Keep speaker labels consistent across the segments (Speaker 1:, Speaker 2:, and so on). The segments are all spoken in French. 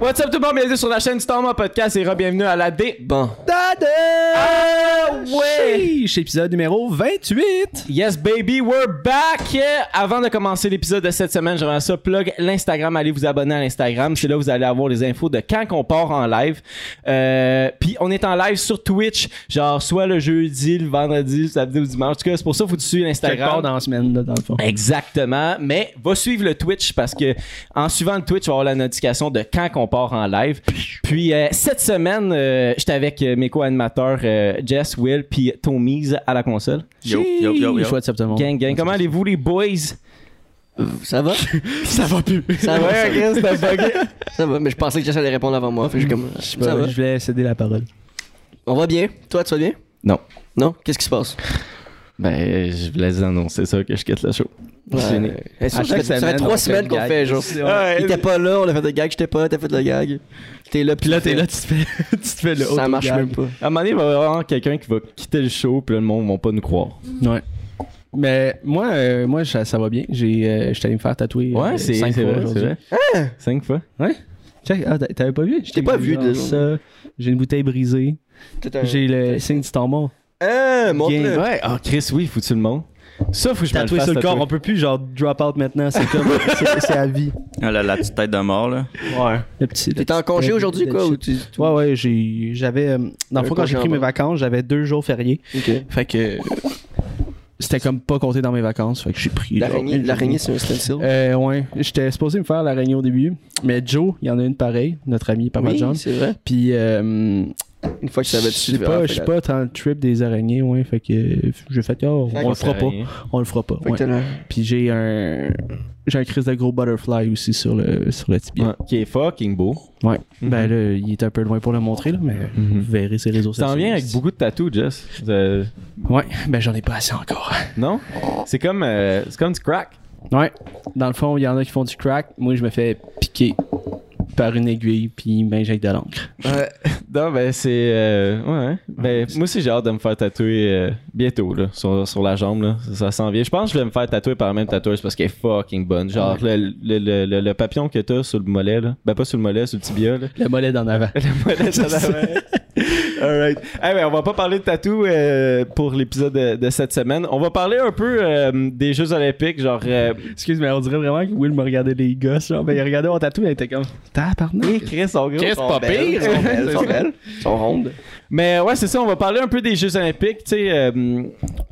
Speaker 1: What's up tout le monde, bienvenue sur la chaîne Storma Podcast et bienvenue à la D. Bon.
Speaker 2: Ah,
Speaker 1: ouais.
Speaker 2: Chiche, épisode numéro 28!
Speaker 1: Yes baby, we're back! Yeah. Avant de commencer l'épisode de cette semaine, j'aimerais ça plug l'Instagram, allez vous abonner à l'Instagram, c'est là que vous allez avoir les infos de quand qu'on part en live. Euh, Puis on est en live sur Twitch, genre soit le jeudi, le vendredi, le samedi ou le dimanche. En tout cas, c'est pour ça qu'il faut suivre
Speaker 2: Quelque part
Speaker 1: l'Instagram.
Speaker 2: dans la semaine, là, dans le fond.
Speaker 1: Exactement, mais va suivre le Twitch parce que en suivant le Twitch, tu vas avoir la notification de quand qu'on part en live. Puis euh, cette semaine, euh, j'étais avec euh, mes co-animateurs euh, Jess, Will, puis Tomise à la console.
Speaker 3: Yo, yo, yo, yo.
Speaker 2: Chouette, ça, tout le monde.
Speaker 1: Gang, gang, comment allez-vous les boys?
Speaker 4: Ça va?
Speaker 2: Ça va plus.
Speaker 4: Ça va, ça va,
Speaker 1: ok, c'était bugué.
Speaker 4: ça va. Mais je pensais que Jess allait répondre avant moi. Fait que j'ai comme,
Speaker 2: Je sais
Speaker 4: ça
Speaker 2: pas,
Speaker 4: va.
Speaker 2: je voulais céder la parole.
Speaker 4: On va bien? Toi, tu vas bien?
Speaker 1: Non.
Speaker 4: Non? Qu'est-ce qui se passe?
Speaker 1: Ben, je voulais vous annoncer ça que je quitte le show. C'est fini.
Speaker 4: Eh, ça,
Speaker 2: À chaque
Speaker 4: fait, ça fait
Speaker 2: semaine, on
Speaker 4: trois
Speaker 2: fait
Speaker 4: semaines
Speaker 2: le
Speaker 4: qu'on
Speaker 2: gag.
Speaker 4: fait, genre.
Speaker 2: C'est-
Speaker 4: Il était pas là, on a fait le gag, j'étais pas, t'as fait le gag. T'es là,
Speaker 2: Puis là, t'es là, tu te fais, tu te fais le
Speaker 4: Ça marche même pas.
Speaker 1: À un moment donné, il va y avoir quelqu'un qui va quitter le show, puis là, le monde ne va pas nous croire.
Speaker 2: pas. Ouais. Mais moi, euh, moi ça, ça va bien. J'ai, euh, j'étais allé me faire tatouer. euh,
Speaker 1: Ouais, c'est
Speaker 2: cinq
Speaker 1: c'est
Speaker 2: fois
Speaker 1: vrai, c'est
Speaker 2: aujourd'hui.
Speaker 1: vrai. Cinq fois?
Speaker 2: Ouais? Check, ah, t'a- t'avais pas vu? Je
Speaker 4: t'ai pas vu,
Speaker 2: genre
Speaker 4: déjà.
Speaker 2: ça. J'ai une bouteille brisée.
Speaker 4: T'es un-
Speaker 2: J'ai le signe du tambour.
Speaker 4: Hein, montre-le.
Speaker 2: Game.
Speaker 1: Ouais, ah, Chris, oui, foutu le monde. Ça, faut que je me le
Speaker 2: Tatoué
Speaker 1: fasse
Speaker 2: sur le
Speaker 1: tatouer.
Speaker 2: corps, on peut plus genre drop out maintenant. C'est comme, c'est, c'est à vie.
Speaker 3: Ah, la, la petite tête de mort, là.
Speaker 1: Ouais.
Speaker 2: Le petit. le
Speaker 4: T'es en
Speaker 2: petit-
Speaker 4: congé aujourd'hui,
Speaker 2: le
Speaker 4: quoi?
Speaker 2: shit.
Speaker 4: Ou tu...
Speaker 2: Ouais, ouais, j'ai, j'avais. euh, dans
Speaker 4: Un
Speaker 2: le fond, quand
Speaker 4: congé
Speaker 2: j'ai
Speaker 4: en
Speaker 2: pris mes
Speaker 4: bas.
Speaker 2: vacances, j'avais deux jours fériés.
Speaker 4: Ok.
Speaker 2: Fait que. euh, C'était comme pas compté dans mes vacances. Fait que j'ai pris. genre,
Speaker 4: L'araignée,
Speaker 2: une
Speaker 4: l'araignée, c'est un stencil.
Speaker 2: journée. Euh, ouais. J'étais supposé me faire l'araignée au début. Mais Joe, il y en a une pareille, notre ami Papa
Speaker 4: oui,
Speaker 2: John.
Speaker 4: c'est vrai.
Speaker 2: Puis. euh,
Speaker 4: Une fois que tu savais
Speaker 2: je
Speaker 4: dessus,
Speaker 2: sais pas, je suis pas tant le trip des araignées, ouais. Fait que euh, j'ai fait, oh,
Speaker 4: Fait
Speaker 2: on
Speaker 4: que
Speaker 2: le fera pas. On le fera pas. ouais. Puis j'ai un. J'ai un crise de gros butterfly aussi sur le, sur le tibia.
Speaker 1: Ouais, Qui est fucking beau.
Speaker 2: Ouais. Ben là, il est un peu loin pour le montrer, là, mais
Speaker 1: Mhm.
Speaker 2: vous verrez ses réseaux
Speaker 1: Tu t'en
Speaker 2: sociaux.
Speaker 1: viens avec beaucoup de tatous, Jess. Euh,
Speaker 2: Ouais, ben j'en ai pas assez encore.
Speaker 1: non? C'est comme, euh, c'est comme du crack.
Speaker 2: Ouais. Dans le fond, il y en a qui font du crack. Moi, je me fais piquer par une aiguille, puis ils m'injectent de l'encre.
Speaker 1: Non, ben c'est. euh, ouais, hein. Ben, moi aussi, j'ai hâte de me faire tatouer euh, bientôt, là, sur, sur la jambe, là. Ça, ça s'en vient. Je pense que je vais me faire tatouer par la même tatoueuse parce qu'elle est fucking bonne. Genre, le, le, le, le- le papillon que t'as sur le mollet, là. Ben, pas sur le mollet, sur le tibia, là.
Speaker 2: Le mollet d'en avant.
Speaker 1: Le mollet, ça l'avait. Alright. Eh ben, on va pas parler de tatou euh, pour l'épisode de, de cette semaine. On va parler un peu euh, des Jeux Olympiques, genre. euh,
Speaker 2: Excuse, mais on dirait vraiment que Will me regardait les gosses. Genre, ben, il regardait mon tatou, il était comme. T'as
Speaker 1: Hey, Chris, hein? en gros.
Speaker 4: pas pire. Ils sont belles, ils sont belles. Ils sont rondes.
Speaker 1: Mais ouais, c'est ça, on va parler un peu des Jeux Olympiques. Tu sais, euh,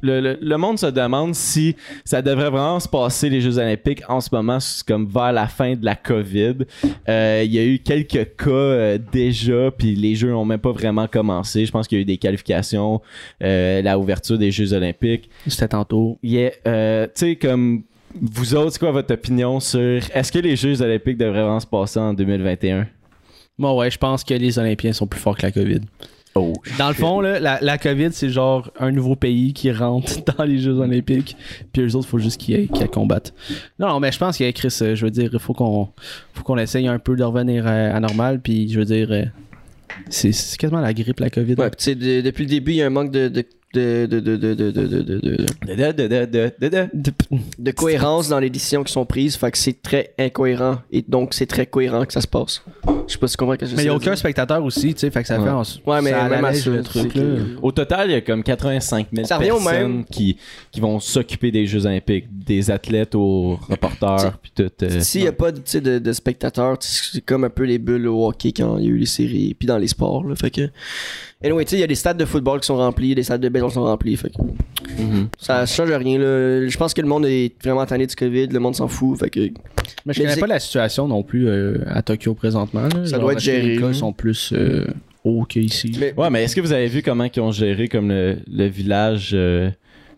Speaker 1: le, le- le monde se demande si ça devrait vraiment se passer, les Jeux Olympiques, en ce moment, c'est comme vers la fin de la COVID. Euh, Il y a eu quelques cas euh, déjà, puis les Jeux n'ont même pas vraiment commencé. Je pense qu'il y a eu des qualifications, euh, la ouverture des Jeux Olympiques.
Speaker 2: C'était tantôt.
Speaker 1: Yeah, euh, tu sais, comme vous autres, c'est quoi votre opinion sur est-ce que les Jeux Olympiques devraient vraiment se passer en 2021?
Speaker 2: Moi, ouais, je pense que les Olympiens sont plus forts que la COVID.
Speaker 1: Oh.
Speaker 2: Dans le fond, là, la, la COVID, c'est genre un nouveau pays qui rentre dans les Jeux Olympiques, puis eux autres, faut juste qu'ils qu'ils la combattent. Non, non, mais je pense que Chris, euh, je veux dire, il faut qu'on faut qu'on essaye un peu de revenir à, à normal, puis je veux dire, euh, c'est c'est quasiment la grippe, la COVID.
Speaker 4: Ouais, pis tu sais, de- depuis le début, il y a un manque de. de de, de, de, de, de, de, de, de- de-
Speaker 2: De-
Speaker 4: de cohérence dans les décisions qui sont prises, fait que c'est très incohérent et donc c'est très cohérent que ça se passe. Je sais pas si tu comprends ce que je
Speaker 2: Mais il n'y a
Speaker 4: veux dire.
Speaker 2: aucun spectateur aussi, tu sais, fait que ça
Speaker 1: Ouais.
Speaker 2: fait en-
Speaker 4: Ouais, mais
Speaker 2: ça
Speaker 4: même à
Speaker 2: allège
Speaker 4: ça,
Speaker 2: le
Speaker 4: c'est
Speaker 2: truc,
Speaker 4: que-
Speaker 2: là.
Speaker 1: Au total, il y a comme 85 000
Speaker 4: Ça revient au
Speaker 1: personnes
Speaker 4: même.
Speaker 1: qui, qui vont s'occuper des Jeux Olympiques, des athlètes aux reporters, puis tout. euh,
Speaker 4: S'il n'y a pas de, tu sais, de, de spectateurs, tu sais, c'est comme un peu les bulles au hockey quand il y a eu les séries, puis dans les sports. Là, fait que... Anyway, tu sais, il y a des stades de football qui sont remplis, des stades de baseball qui sont remplis. Fait que...
Speaker 1: mhm.
Speaker 4: Ça change rien. Là. Je pense que le monde est vraiment tanné du COVID, le monde s'en fout. Fait que...
Speaker 2: Mais je connais
Speaker 4: Mais
Speaker 2: pas la situation non plus euh, à Tokyo présentement. là.
Speaker 4: Ça doit être
Speaker 2: est-ce que
Speaker 4: géré,
Speaker 2: Les cas
Speaker 4: là.
Speaker 2: sont plus euh, hauts qu'ici.
Speaker 4: Mais-
Speaker 1: Ouais, mais est-ce que vous avez vu comment ils ont géré comme le, le village euh,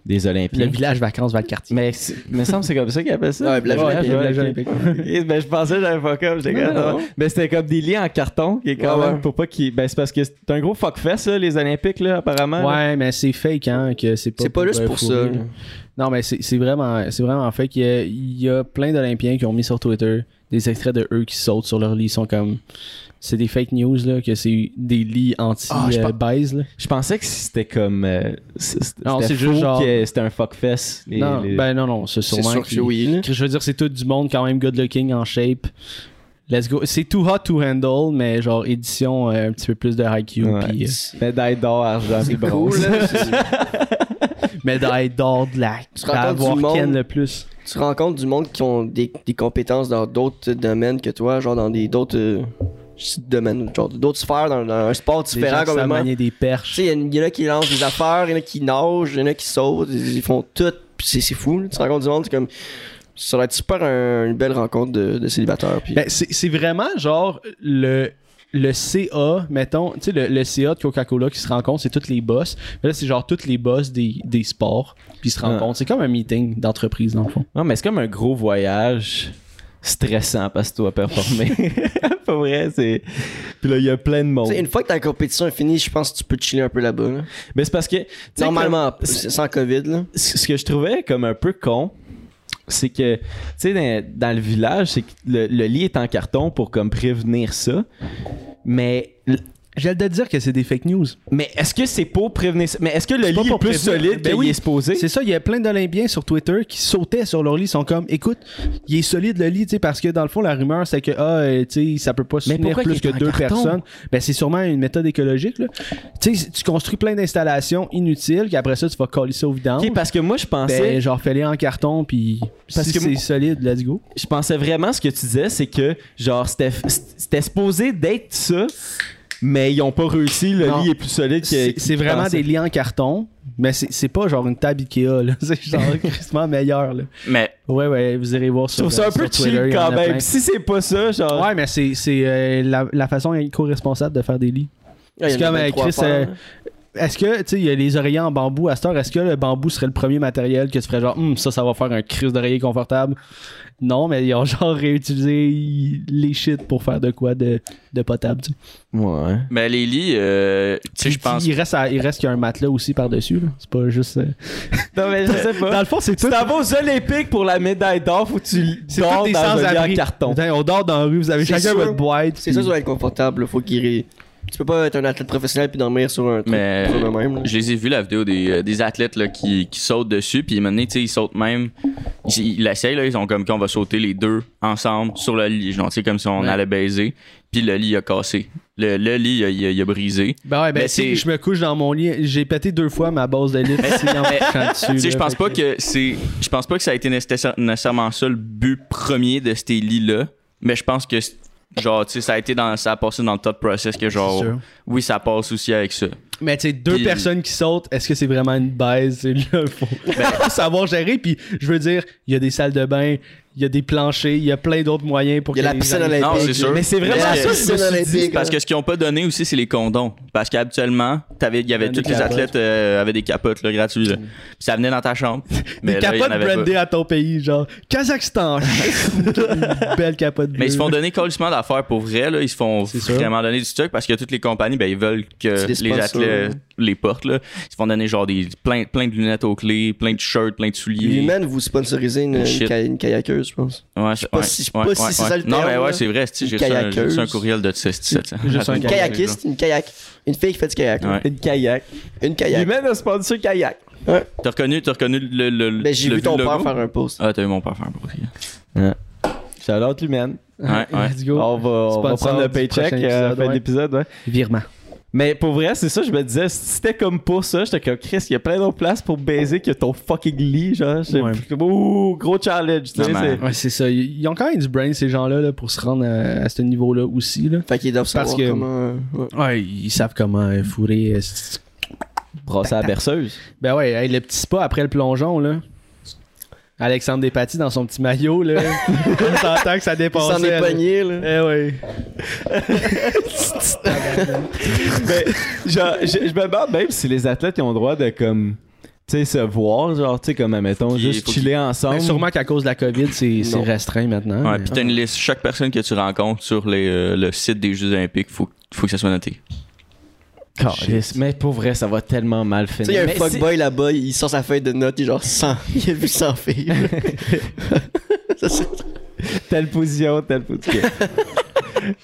Speaker 1: des
Speaker 2: Le
Speaker 1: Olympiques?
Speaker 2: village vacances va le quartier.
Speaker 1: Mais c'est- me semble que c'est comme ça qu'ils appellent ça.
Speaker 4: Ouais, village olympique,
Speaker 1: ouais, ok.
Speaker 2: olympique.
Speaker 1: Et ben, je pensais que j'avais pas comme. j'étais
Speaker 2: Non,
Speaker 1: comme,
Speaker 2: non.
Speaker 1: ah. Mais c'était comme des liens en carton qui est quand
Speaker 4: Ouais,
Speaker 1: même
Speaker 4: ouais.
Speaker 1: pour pas qu'ils. Ben, c'est parce que c'est un gros fuckfest, là, les Olympiques, là, apparemment. là.
Speaker 2: Ouais, mais c'est fake, hein, que c'est pas.
Speaker 4: C'est pas juste
Speaker 2: euh,
Speaker 4: pour
Speaker 2: fourré,
Speaker 4: ça.
Speaker 2: là. Non, mais c'est c'est vraiment, c'est vraiment fake. Il y, a, il y a plein d'Olympiens qui ont mis sur Twitter des extraits de eux qui sautent sur leur lit. Ils sont comme. C'est des fake news, là, que c'est des lits
Speaker 1: Ah, je pense-
Speaker 2: anti-baise, là.
Speaker 1: Je pensais que c'était comme. euh, c- c-
Speaker 2: Non,
Speaker 1: c'était
Speaker 2: c'est
Speaker 1: faux
Speaker 2: juste genre-
Speaker 1: que c'était un fuckfest. les-
Speaker 2: non,
Speaker 1: les-
Speaker 2: ben non, non, c'est
Speaker 4: C'est
Speaker 2: sûrement.
Speaker 4: sûr
Speaker 2: qu'ils-
Speaker 4: que oui. là.
Speaker 2: Je veux dire, c'est tout du monde quand même good looking en shape. Let's go. C'est Too Hot to Handle, mais genre édition euh, un petit peu plus de haiku.
Speaker 1: Ouais.
Speaker 2: puis, euh,
Speaker 1: Médaille d'or, argent, puis
Speaker 4: C'est
Speaker 1: bronze.
Speaker 4: cool, là. C'est-
Speaker 2: médaille d'or de la
Speaker 4: Tu te rends compte
Speaker 2: d'avoir
Speaker 4: du monde?
Speaker 2: Ken le plus.
Speaker 4: tu rencontres du monde qui ont des, des compétences dans d'autres domaines que toi, genre dans des d'autres euh, domaines, genre d'autres sphères, dans, dans un sport
Speaker 2: Des gens
Speaker 4: différent
Speaker 2: qui savent
Speaker 4: complètement. Tu
Speaker 2: manier des perches.
Speaker 4: sais, il y en- il y, en a qui lancent des affaires, il y en a qui nagent, il y en a qui sautent, ils ils font tout, puis c'est c'est fou. là. Tu rencontres du monde, c'est comme. Ça va être super un- une belle rencontre de, de célibataires. Puis...
Speaker 2: Ben, c'est c'est vraiment genre le le CA, mettons, tu sais, le, le CA de Coca-Cola qui se rencontre, c'est tous les boss. Mais là, c'est genre tous les boss des, des sports, puis ils se rencontrent. C'est comme un meeting d'entreprise, dans le fond.
Speaker 1: Non, mais c'est comme un gros voyage stressant parce que tu dois performer. Pas vrai, c'est. Puis là, il y a plein de
Speaker 4: Tu
Speaker 1: monde.
Speaker 4: sais, une fois que ta compétition est finie, je pense que tu peux te chiller un peu là-bas. là.
Speaker 1: Mais c'est parce que. tu sais,
Speaker 4: Normalement,
Speaker 1: comme-
Speaker 4: c'est- sans COVID. Là.
Speaker 1: ce ce que je trouvais comme un peu con, c'est que, tu sais, dans, dans le village, c'est que le, le lit est en carton pour comme prévenir ça. Mais,
Speaker 2: J'ai hâte de dire que c'est des fake news.
Speaker 1: mais est-ce que c'est pour prévenir ça? Mais est-ce que le
Speaker 2: C'est pas
Speaker 1: lit est
Speaker 2: pour
Speaker 1: plus
Speaker 2: prévenir.
Speaker 1: solide
Speaker 2: Ben
Speaker 1: qu'il
Speaker 2: oui.
Speaker 1: est supposé?
Speaker 2: C'est ça, il y a plein d'Olympiens sur Twitter qui sautaient sur leur lit, ils sont comme, écoute, il est solide le lit, tu sais, parce que dans le fond, la rumeur, c'est que, ah, euh, tu sais, ça peut pas soutenir
Speaker 1: pourquoi
Speaker 2: plus
Speaker 1: qu'il
Speaker 2: que
Speaker 1: est en
Speaker 2: deux
Speaker 1: carton?
Speaker 2: personnes. Ben, c'est sûrement une méthode écologique, là. Tu sais, tu construis plein d'installations inutiles, puis après ça, tu vas coller ça au vidange.
Speaker 1: Ok, parce que moi, je pensais.
Speaker 2: Ben, genre, fais-les en carton, puis
Speaker 1: Parce
Speaker 2: si
Speaker 1: que
Speaker 2: c'est
Speaker 1: moi-
Speaker 2: solide, let's go.
Speaker 1: je pensais vraiment ce que tu disais, c'est que genre c'était c'était supposé d'être ça, mais ils ont pas réussi. Le
Speaker 2: Non.
Speaker 1: lit est plus solide que.
Speaker 2: C'est
Speaker 1: qu'ils
Speaker 2: c'est vraiment
Speaker 1: pensaient.
Speaker 2: des lits en carton, mais c'est c'est pas genre une table Ikea, là. C'est genre crissement meilleur, là.
Speaker 3: Mais
Speaker 2: Ouais, ouais, vous irez voir
Speaker 1: Je
Speaker 2: sur
Speaker 1: trouve ça un
Speaker 2: sur
Speaker 1: peu
Speaker 2: Twitter,
Speaker 1: cheap
Speaker 2: il y en
Speaker 1: quand
Speaker 2: a
Speaker 1: même.
Speaker 2: plein.
Speaker 1: Si c'est pas ça, genre.
Speaker 2: Ouais, mais c'est c'est, euh, la, la façon éco-responsable de faire des lits.
Speaker 4: Ah, il y en
Speaker 2: C'est
Speaker 4: a
Speaker 2: comme,
Speaker 4: même
Speaker 2: euh,
Speaker 4: trois
Speaker 2: Chris,
Speaker 4: affaires,
Speaker 2: euh,
Speaker 4: là.
Speaker 2: Est-ce que, tu sais, il y a les oreillers en bambou à cette heure, est-ce que le bambou serait le premier matériel que tu ferais genre, Hum, ça, ça va faire un crise d'oreiller confortable? Non, mais ils ont genre réutilisé les shit pour faire de quoi de, de potable, tu sais.
Speaker 1: Ouais.
Speaker 3: Mais les lits, euh, tu sais,
Speaker 2: Puis,
Speaker 3: je pense.
Speaker 2: Il reste, à- il reste qu'il y a un matelas aussi par-dessus, là. C'est pas juste. euh,
Speaker 1: Non mais je sais
Speaker 2: Dans
Speaker 1: pas.
Speaker 2: le fond, c'est tout.
Speaker 1: C'est à vos Olympiques pour la médaille d'or, faut que tu
Speaker 2: C'est
Speaker 1: dors
Speaker 2: tout des
Speaker 1: dans un
Speaker 2: sans-abri.
Speaker 1: lit en carton.
Speaker 2: Putain, On dort dans la rue, vous avez
Speaker 4: C'est
Speaker 2: chacun
Speaker 4: sûr.
Speaker 2: votre boîte.
Speaker 4: C'est
Speaker 2: puis-
Speaker 4: ça, ça doit être confortable. là. Faut qu'il. ré- Tu peux pas être un athlète professionnel puis dormir sur un truc
Speaker 3: Mais-
Speaker 4: sur le même. là.
Speaker 3: Je les ai vus la vidéo des, euh, des athlètes là, qui, qui sautent dessus, puis maintenant, tu sais, ils sautent même. Ils, ils l'essayent, là, ils ont comme qu'on va sauter les deux ensemble sur le lit, genre, tu sais, comme si on
Speaker 2: Ouais.
Speaker 3: allait baiser, puis le lit a cassé. Le, le lit, il a, il a- il a brisé.
Speaker 2: Ben ouais, ben,
Speaker 3: Mais
Speaker 2: tu sais,
Speaker 3: c'est-
Speaker 2: je me couche dans mon lit, j'ai pété deux fois ma base de lit, c'est en me couchant dessus,
Speaker 3: Tu sais,
Speaker 2: là.
Speaker 3: je pense pas que c'est. Je pense pas que ça a été nécessaire- nécessairement ça le but premier de ces lits-là, mais je pense que, c'est- genre, tu sais, ça a été dans. Ça a passé dans le top process que, genre,
Speaker 2: C'est sûr.
Speaker 3: oui, ça passe aussi avec ça.
Speaker 2: Mais tu sais, deux
Speaker 3: Puis-
Speaker 2: personnes qui sautent, est-ce que c'est vraiment une baise? C'est là, faut
Speaker 3: Ben-
Speaker 2: faut savoir gérer. Puis je veux dire, il y a des salles de bain, il y a des planchers, il y a plein d'autres moyens pour
Speaker 4: Il y a la
Speaker 2: les
Speaker 4: piscine
Speaker 2: gens-
Speaker 4: olympique.
Speaker 3: Non, c'est sûr.
Speaker 1: Mais c'est vraiment
Speaker 3: Parce
Speaker 1: ça
Speaker 3: que-
Speaker 1: que je me suis dit.
Speaker 3: Parce que ce qu'ils ont pas donné aussi, c'est les condoms. Parce qu'habituellement, t'avais- il y avait
Speaker 2: Des
Speaker 3: tous les
Speaker 2: capotes.
Speaker 3: athlètes euh, avaient des capotes là, gratuites. là.
Speaker 4: Mm.
Speaker 3: Puis ça venait dans ta chambre.
Speaker 2: Des
Speaker 3: Mais là, il y en
Speaker 2: capotes
Speaker 3: avait pas.
Speaker 2: brandées à ton pays, genre Kazakhstan. Une belle capote bleue.
Speaker 3: Mais ils se font donner colissement d'affaires pour vrai. Là. Ils se font
Speaker 2: C'est sûr.
Speaker 3: vraiment donner du stock parce que toutes les compagnies, ben, ils veulent que
Speaker 4: C'est des
Speaker 3: les
Speaker 4: sponsors,
Speaker 3: athlètes
Speaker 4: ouais.
Speaker 3: les portent. Là. Ils se font donner genre des, plein, plein de lunettes aux clés, plein de shirts, plein de souliers.
Speaker 4: Lui-même, vous sponsorisez une, une,
Speaker 3: Shit.
Speaker 4: ca- une kayakeuse, je pense.
Speaker 3: Ouais,
Speaker 4: sais pas
Speaker 3: ouais,
Speaker 4: si- je sais
Speaker 3: ouais,
Speaker 4: pas si
Speaker 3: ouais,
Speaker 4: c'est
Speaker 3: ouais.
Speaker 4: ça le
Speaker 3: Non,
Speaker 4: terme,
Speaker 3: mais
Speaker 4: là.
Speaker 3: ouais, c'est vrai. c'est- J'ai
Speaker 4: Une
Speaker 3: reçu, un- j'ai reçu un
Speaker 4: kayakeuse.
Speaker 3: courriel de ce site.
Speaker 2: Juste un
Speaker 4: Une kayakiste, une kayak. Une fille qui fait du kayak. là.
Speaker 3: Ouais.
Speaker 1: Une kayak.
Speaker 4: Une kayak.
Speaker 1: Lui-même a sponsor kayak.
Speaker 3: T'as reconnu, t'as reconnu le. le, le-
Speaker 4: Ben, j'ai
Speaker 3: le-
Speaker 4: vu ton
Speaker 3: le
Speaker 4: père
Speaker 3: logo?
Speaker 4: faire un post.
Speaker 3: Ah, t'as vu mon père faire un courriel.
Speaker 1: Charlotte lui-même.
Speaker 3: Ouais, ouais.
Speaker 2: Let's go.
Speaker 1: On va, on va
Speaker 2: Sponsor
Speaker 1: prendre le
Speaker 2: du
Speaker 1: paycheck
Speaker 2: prochain
Speaker 1: euh, à la fin
Speaker 2: épisode,
Speaker 1: de
Speaker 2: ouais.
Speaker 1: l'épisode, ouais.
Speaker 2: Virement.
Speaker 1: Mais pour vrai, c'est ça, je me disais, si c'était comme pour ça, j'étais comme Chris, il y a plein d'autres places pour baiser que ton fucking lit, genre. J'étais
Speaker 2: Ouais.
Speaker 1: plus comme, ouh, gros challenge, tu sais.
Speaker 3: Non, mais-
Speaker 1: c'est-
Speaker 2: Ouais, c'est ça. Ils ils ont quand même du brain, ces gens-là, là, pour se rendre à, à ce niveau-là aussi. Là.
Speaker 4: Fait qu'ils doivent savoir
Speaker 2: que-
Speaker 4: comment. euh, ouais.
Speaker 2: Ouais, ils savent comment euh, fourrer. euh, c'est-
Speaker 1: Brasser à la berceuse.
Speaker 2: Ben ouais, hey, le petit spa après le plongeon, là. Alexandre Despatie dans son petit maillot, là. On s'entend que ça
Speaker 4: Il
Speaker 2: dépassait.
Speaker 4: s'en est
Speaker 2: là.
Speaker 4: pogné, là.
Speaker 2: Eh ouais.
Speaker 1: Mais Ben, genre, je, je me demande même si les athlètes ils ont le droit de comme. Tu sais, se voir, genre, tu sais, comme, admettons,
Speaker 3: qu'il-
Speaker 1: juste
Speaker 3: faut qu'il-
Speaker 1: chiller ensemble.
Speaker 2: Mais sûrement qu'à cause de la COVID, c'est c'est
Speaker 4: Non.
Speaker 2: restreint maintenant.
Speaker 3: Ouais,
Speaker 2: mais-
Speaker 3: puis t'as une liste. Chaque personne que tu rencontres sur les, euh, le site des Jeux Olympiques, faut, faut que ça soit noté.
Speaker 1: Calisse, mais pour vrai, ça va tellement mal
Speaker 4: Tu
Speaker 1: finir.
Speaker 4: sais, il y a un
Speaker 1: Mais c'est-
Speaker 4: fuckboy là-bas, il sort sa feuille de notes, il est genre 100. Il a vu 100 filles. Ça, c'est-
Speaker 1: Telle position, telle position.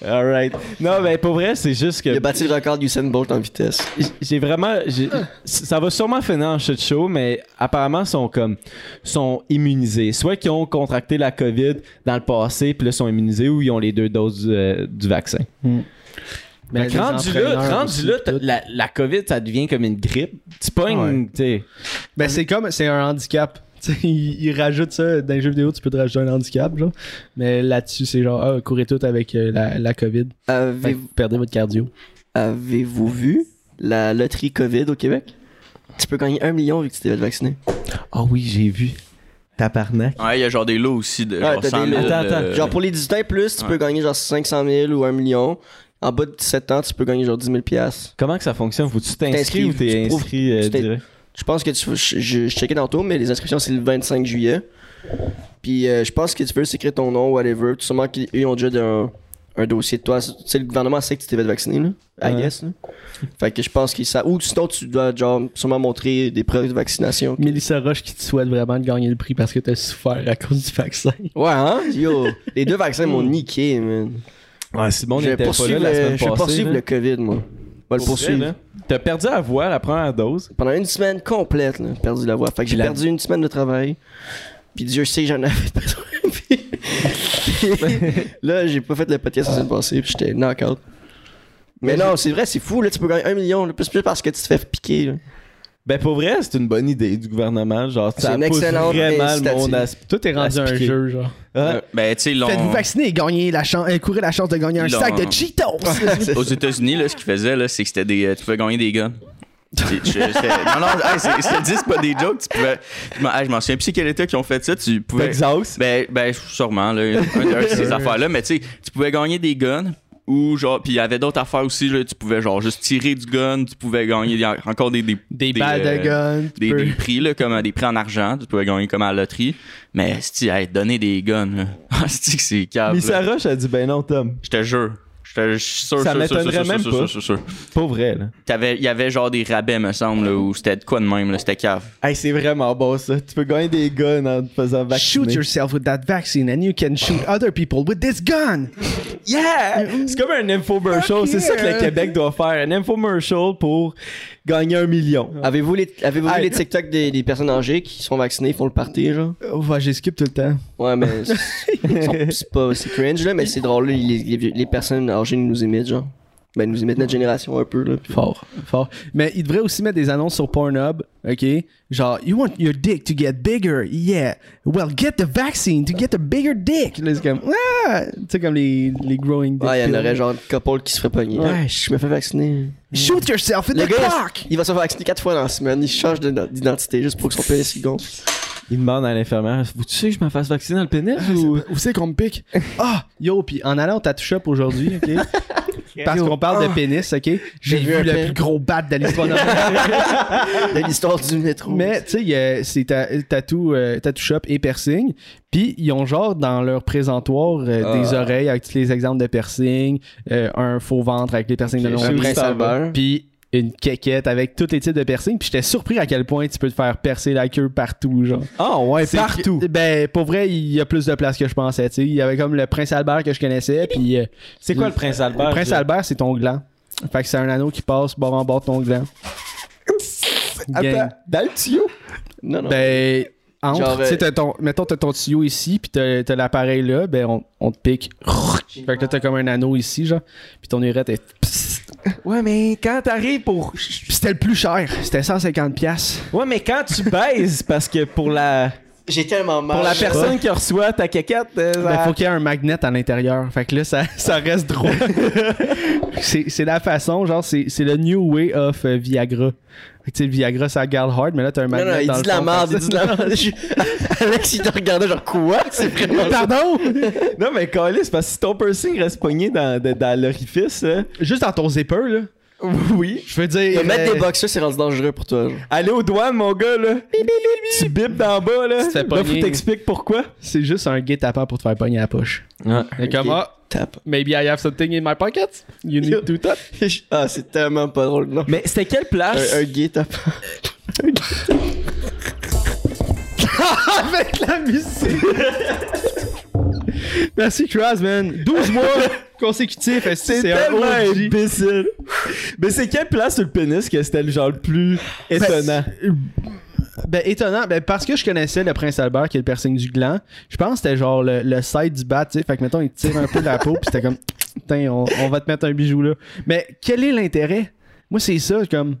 Speaker 1: Alright. Non, ben pour vrai, c'est juste que
Speaker 4: Il a battu le record d'Usain Bolt en vitesse.
Speaker 1: j- j'ai vraiment. j'ai- Ça va sûrement finir en shit show, mais apparemment, sont comme. sont immunisés. Soit qu'ils ont contracté la COVID dans le passé, puis là, sont immunisés, ou ils ont les deux doses euh, du vaccin.
Speaker 2: Mais
Speaker 1: Fait que rendu là, rendu là, t'as- la, la COVID, ça devient comme une grippe. Tu pognes,
Speaker 2: Ouais.
Speaker 1: tu sais.
Speaker 2: Ben, c'est comme, c'est un handicap. Tu sais, Ils ils rajoutent ça dans les jeux vidéo, tu peux te rajouter un handicap. Genre. Mais là-dessus, c'est genre, ah, courez tout avec euh, la, la COVID.
Speaker 1: Euh,
Speaker 2: Fait que
Speaker 4: Avez-
Speaker 2: vous perdez votre cardio.
Speaker 4: Avez-vous vu la loterie COVID au Québec? Tu peux gagner un million vu que tu t'es fait vacciner.
Speaker 1: Ah oui, j'ai vu. Tabarnak.
Speaker 3: Ouais, il y a genre des lots aussi de
Speaker 4: Ouais,
Speaker 3: genre
Speaker 4: t'as
Speaker 3: 100
Speaker 4: des
Speaker 3: 000,
Speaker 4: lots.
Speaker 1: Attends, attends.
Speaker 3: euh,
Speaker 4: Genre pour les 18 ans et plus, tu
Speaker 3: ouais.
Speaker 4: peux gagner genre 500 000 ou un million. En bas de 17 ans, tu peux gagner genre 10 000 piastres.
Speaker 1: Comment que ça fonctionne? Faut-tu t'inscrire
Speaker 4: t'inscris,
Speaker 1: ou t'es
Speaker 4: tu prouves-
Speaker 1: inscrit euh,
Speaker 4: tu t'es-
Speaker 1: direct?
Speaker 4: Je pense que tu je, je, je checkais tantôt, mais les inscriptions c'est le 25 juillet. Puis euh, je pense que tu peux écrire ton nom, whatever. Tout sûrement qu'ils eux, ils ont déjà un, un dossier de toi. Tu sais, le gouvernement sait que tu t'es fait vacciner, là. I
Speaker 1: Ouais.
Speaker 4: guess, là. Fait que je pense qu'ils savent. Ou sinon, tu dois genre sûrement montrer des preuves de vaccination.
Speaker 2: Mélissa Roche qui te souhaite vraiment de gagner le prix parce que t'as souffert à cause du vaccin.
Speaker 4: Ouais, hein? Yo, les deux vaccins m'ont niqué, man.
Speaker 1: Ouais, Simon
Speaker 4: je vais
Speaker 1: était pas là
Speaker 4: poursuivre,
Speaker 1: la semaine
Speaker 4: le, je vais
Speaker 1: passée.
Speaker 4: poursuivre
Speaker 1: là.
Speaker 4: le COVID, moi. On va le
Speaker 1: Pour
Speaker 4: poursuivre.
Speaker 1: vrai, là. T'as perdu la voix la première dose.
Speaker 4: Pendant une semaine complète, là, perdu la voix. Fait que j'ai
Speaker 1: La-
Speaker 4: perdu une semaine de travail. Puis Dieu sait que j'en avais besoin. Puis- puis là, j'ai pas fait le podcast la semaine passée, puis j'étais knock-out. Mais non, c'est vrai, c'est fou, là, tu peux gagner un million, là, plus, plus parce que tu te fais piquer. là.
Speaker 1: Ben pour vrai, c'est une bonne idée du gouvernement. Genre,
Speaker 4: C'est
Speaker 1: ça
Speaker 4: une
Speaker 1: pousse
Speaker 4: excellente
Speaker 1: vraiment le
Speaker 4: incitative.
Speaker 1: monde à se-
Speaker 2: Tout est rendu un
Speaker 1: Aspiqué.
Speaker 2: jeu, genre.
Speaker 1: Ah,
Speaker 3: euh, Ben, tu sais, ils l'ont-
Speaker 2: Faites-vous vacciner et gagnez la chance, euh, courez la chance de gagner un
Speaker 3: Ils
Speaker 2: sac
Speaker 3: l'ont-
Speaker 2: de Cheetos.
Speaker 3: Aux États-Unis, là, ce qu'ils faisaient, là, c'est que c'était des. euh, tu pouvais gagner des guns. C'est- je- c'était- non, non, hey, c'est- je te dis, c'est pas des jokes. Tu pouvais. Je m'en hey, je m'en souviens plus c'est quel état qui ont fait ça. Tu pouvais.
Speaker 1: Texas.
Speaker 3: Ben, ben, sûrement, là. Un de ces affaires-là. Mais tu sais, tu pouvais gagner des guns. Ou genre, puis il y avait d'autres affaires aussi, là, tu pouvais genre juste tirer du gun, tu pouvais gagner des- encore des, des,
Speaker 2: Des,
Speaker 3: des,
Speaker 2: balles
Speaker 3: euh,
Speaker 2: de gun. tu
Speaker 3: des,
Speaker 2: peux-
Speaker 3: des prix, là, comme euh, des prix en argent, tu pouvais gagner comme à la loterie. Mais, si, hey, donner des guns, là. Ah, c'est-tu que c'est cave.
Speaker 1: Mais
Speaker 3: là.
Speaker 1: Sarah, a dit ben non, Tom.
Speaker 3: Je te jure. Je te je suis sûr,
Speaker 1: Ça
Speaker 3: sûr, sûr,
Speaker 1: m'étonnerait
Speaker 3: sûr,
Speaker 1: même
Speaker 3: sûr,
Speaker 1: pas.
Speaker 3: sûr, sûr, sûr.
Speaker 1: Pas vrai, là.
Speaker 3: T'avais- Il y avait genre des rabais, me semble, là, ou c'était de quoi de même, là, c'était cave.
Speaker 1: Hey, c'est vraiment bon ça. Tu peux gagner des guns en te faisant vacciner.
Speaker 2: Shoot yourself with that vaccine and you can shoot other people with this gun.
Speaker 1: Yeah! Mm-hmm. C'est comme un infomercial.
Speaker 2: Fuck
Speaker 1: C'est ça que le
Speaker 2: yeah.
Speaker 1: Québec doit faire. Un infomercial pour gagner un million.
Speaker 4: Avez-vous les, avez
Speaker 1: Hey.
Speaker 4: vu les TikTok des, des personnes âgées qui sont vaccinées, font le party, genre?
Speaker 2: Oh, ouais, j'ai skip tout le temps.
Speaker 4: Ouais, mais c'est- c'est c'est pas c'est cringe, là, mais c'est drôle, là, les, les, les personnes âgées nous imitent, genre. Ben, nous imitent notre génération un peu, là. puis-
Speaker 2: Fort, fort. Mais il devrait aussi mettre des annonces sur Pornhub, ok? Genre, you want your dick to get bigger, yeah. Well, get the vaccine to get a bigger dick. Là, c'est comme, ah! Tu sais, comme les, les growing dick.
Speaker 4: Ouais, il y en
Speaker 2: pills.
Speaker 4: aurait genre un couple qui se ferait pogner.
Speaker 2: Ouais.
Speaker 4: Ah, je me fais vacciner.
Speaker 2: Shoot yourself in
Speaker 4: Le
Speaker 2: the
Speaker 4: gars,
Speaker 2: cock!
Speaker 4: il va se faire vacciner quatre fois dans la semaine. Il change de- d'identité juste pour que son pénis il gonfle.
Speaker 1: Il demande à l'infirmière Vous-tu sais que je me fasse vacciner dans le pénis ou.
Speaker 2: Où c'est qu'on me pique? Ah! Yo, puis en allant au tattoo shop aujourd'hui, ok? Parce qu'on parle de pénis, ok? J'ai
Speaker 4: vu
Speaker 2: vu
Speaker 4: un
Speaker 2: le
Speaker 4: pin.
Speaker 2: plus gros bat de l'histoire de
Speaker 4: De l'histoire du métro.
Speaker 2: Mais tu sais, il y a- c'est ta, tattoo, euh, tattoo shop et piercing. Puis ils ont genre dans leur présentoir euh, des oreilles avec tous les exemples de piercing, euh, un faux ventre avec les piercings de
Speaker 4: un
Speaker 1: Sur
Speaker 2: long.
Speaker 4: prince
Speaker 1: Instagram.
Speaker 4: Albert.
Speaker 2: Puis une quéquette avec tous les types de piercing. Puis j'étais surpris à quel point tu peux te faire percer la queue partout, genre.
Speaker 1: Ah ouais,
Speaker 2: C'est-
Speaker 1: partout.
Speaker 2: Ben, pour vrai, il y a plus de place que je pensais. tu sais. Il y avait comme le prince Albert que je connaissais. Puis euh,
Speaker 1: C'est quoi le prince Albert
Speaker 2: le prince
Speaker 1: je-
Speaker 2: Albert, c'est ton gland. Fait que c'est un anneau qui passe bord en bord de ton gland. Gang.
Speaker 1: Attends, dans le tuyau
Speaker 4: Non, non.
Speaker 2: Ben, entre,
Speaker 4: Genre, euh,
Speaker 2: tu sais, t'as ton, mettons, t'as ton tuyau ici, puis t'as, t'as l'appareil là, ben, on, on te pique. Fait que là, t'as comme un anneau ici, genre, puis ton urette est. Psst.
Speaker 1: Ouais, mais quand t'arrives pour.
Speaker 2: Puis c'était le plus cher, c'était 150$. piastres.
Speaker 1: Ouais, mais quand tu baises, parce que pour la,
Speaker 4: J'ai tellement mal.
Speaker 1: pour la
Speaker 4: Je sais
Speaker 1: personne qui reçoit ta caquette, euh,
Speaker 2: Ben,
Speaker 1: ça-
Speaker 2: faut qu'il y ait un magnet à l'intérieur. Fait que là, ça, ça reste drôle. c'est, c'est la façon, genre, c'est, c'est le new way of euh, Viagra. Fait que, Tu sais, le Viagra, ça garde hard, mais là, t'as un
Speaker 4: pas.
Speaker 2: magnet.
Speaker 4: Non, non, il
Speaker 2: dans
Speaker 4: dit
Speaker 2: le
Speaker 4: de la
Speaker 2: fond,
Speaker 4: merde,
Speaker 2: fait
Speaker 4: il
Speaker 2: que
Speaker 4: dit de la merde. Je- Alex, il te regardait genre quoi? C'est vraiment.
Speaker 2: ça- Pardon!
Speaker 1: Non, mais calé, c'est parce que si ton piercing reste pogné dans, de- dans l'orifice, euh,
Speaker 2: Juste dans ton zipper, là.
Speaker 1: oui.
Speaker 2: Je veux dire.
Speaker 4: De mettre
Speaker 2: euh,
Speaker 4: des boxers, c'est rendu dangereux pour toi. genre.
Speaker 1: Allez aux douanes, mon gars, là. Tu bip d'en bas, là.
Speaker 2: Tu te fais
Speaker 1: là, faut
Speaker 2: pogner.
Speaker 1: t'expliques pourquoi.
Speaker 2: C'est juste un guet-apens pour te faire pogner à la poche. Et comme,
Speaker 4: Ok.
Speaker 2: ah,
Speaker 4: Tape.
Speaker 2: maybe I have something in my pocket. You need to tap.
Speaker 4: Ah, c'est tellement pas drôle. Non.
Speaker 1: Mais c'était quelle place
Speaker 4: Un, un gay tape.
Speaker 2: Avec la musique. Merci, Kras, man. 12 mois consécutifs. est-ce que
Speaker 1: C'est
Speaker 2: C'est un
Speaker 1: tellement
Speaker 2: OG.
Speaker 1: imbécile. Mais c'est quelle place sur le pénis que c'était le genre le plus étonnant?
Speaker 2: Ben, étonnant. Ben, parce que je connaissais le Prince Albert, qui est le piercing du gland. Je pense que c'était genre le, le side du bat, tu sais. Fait que, mettons, il tire un peu de la peau, puis c'était comme, putain, on, on va te mettre un bijou là. Mais quel est l'intérêt? Moi, c'est ça, comme.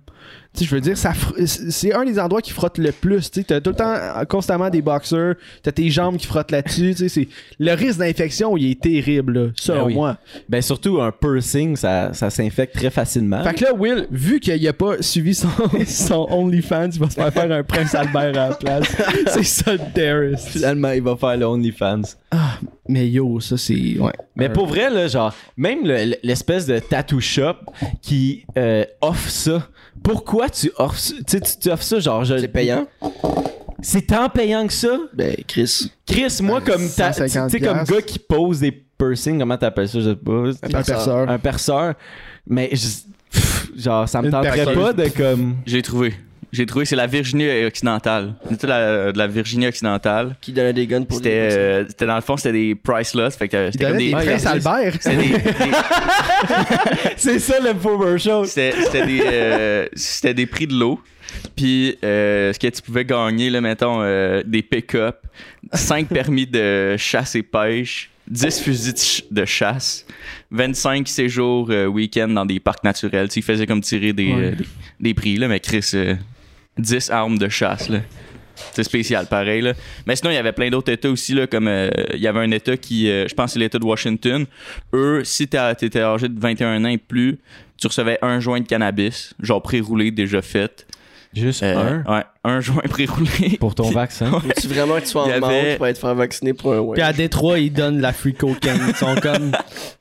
Speaker 2: Tu sais, je veux dire, ça fr- c'est un des endroits qui frotte le plus. Tu sais, t'as tout le temps euh, constamment des boxeurs, t'as tes jambes qui frottent là-dessus. Tu sais, c'est- le risque d'infection, il est terrible, là, selon
Speaker 1: Ben oui.
Speaker 2: moi.
Speaker 1: Ben surtout un piercing, ça, ça s'infecte très facilement.
Speaker 2: Fait que là, Will, vu qu'il a pas suivi son, son OnlyFans, il va se faire faire un Prince Albert à la place. C'est ça, Darius.
Speaker 1: Finalement, il va faire le OnlyFans.
Speaker 2: Mais yo, ça, c'est. Ouais.
Speaker 1: Mais pour vrai, là, genre, même le- le- l'espèce de tattoo shop qui euh, offre ça, pourquoi tu offres ça? Tu sais, tu, tu offres ça, genre, je-
Speaker 4: C'est payant.
Speaker 1: C'est tant payant que ça?
Speaker 4: Ben, Chris.
Speaker 1: Chris, moi, comme, ta- tu
Speaker 2: 150
Speaker 1: sais, comme
Speaker 2: Ben, piastres.
Speaker 1: gars qui pose des piercings, comment t'appelles ça? Je sais pas.
Speaker 2: Un perceur.
Speaker 1: Un perceur. Mais, je- pff, genre, ça me
Speaker 2: Une
Speaker 1: tenterait
Speaker 2: perceuse.
Speaker 1: pas de comme.
Speaker 3: J'ai trouvé. J'ai trouvé, c'est la Virginie euh, occidentale. C'était la- de la Virginie occidentale.
Speaker 4: Qui donnait des guns pour des
Speaker 3: C'était, euh, c'était dans le fond, c'était des price lots. Fait que euh,
Speaker 2: Il
Speaker 3: c'était comme
Speaker 2: donnait
Speaker 3: des.
Speaker 2: des Prince Albert.
Speaker 3: C'était des- des-
Speaker 1: C'est ça le power show.
Speaker 3: C'était c'était des, euh, c'était des prix de l'eau. Puis, euh, ce que tu pouvais gagner, là, mettons, euh, des pick-up, 5 permis de chasse et pêche, 10 fusils de ch- de chasse, 25 séjours euh, week-end dans des parcs naturels. Tu sais, ils faisaient comme tirer des, euh, des, des prix, là, mais Chris, euh, 10 armes de chasse, là. C'est spécial, pareil. Là. Mais sinon, il y avait plein d'autres États aussi, là, comme euh, il y avait un État qui, euh, je pense, que c'est l'État de Washington. Eux, si t'as- t'étais âgé de 21 ans et plus, tu recevais un joint de cannabis, genre pré-roulé déjà fait.
Speaker 1: Juste
Speaker 3: Euh,
Speaker 1: un
Speaker 3: Ouais, un joint pré-roulé.
Speaker 1: pour ton vaccin.
Speaker 4: Faut-tu vraiment que tu sois
Speaker 3: Il y
Speaker 4: en
Speaker 3: avait-
Speaker 4: manque pour être faire vacciner pour un ouais?
Speaker 2: Puis à Détroit, ils donnent la free cocaine. Ils sont comme.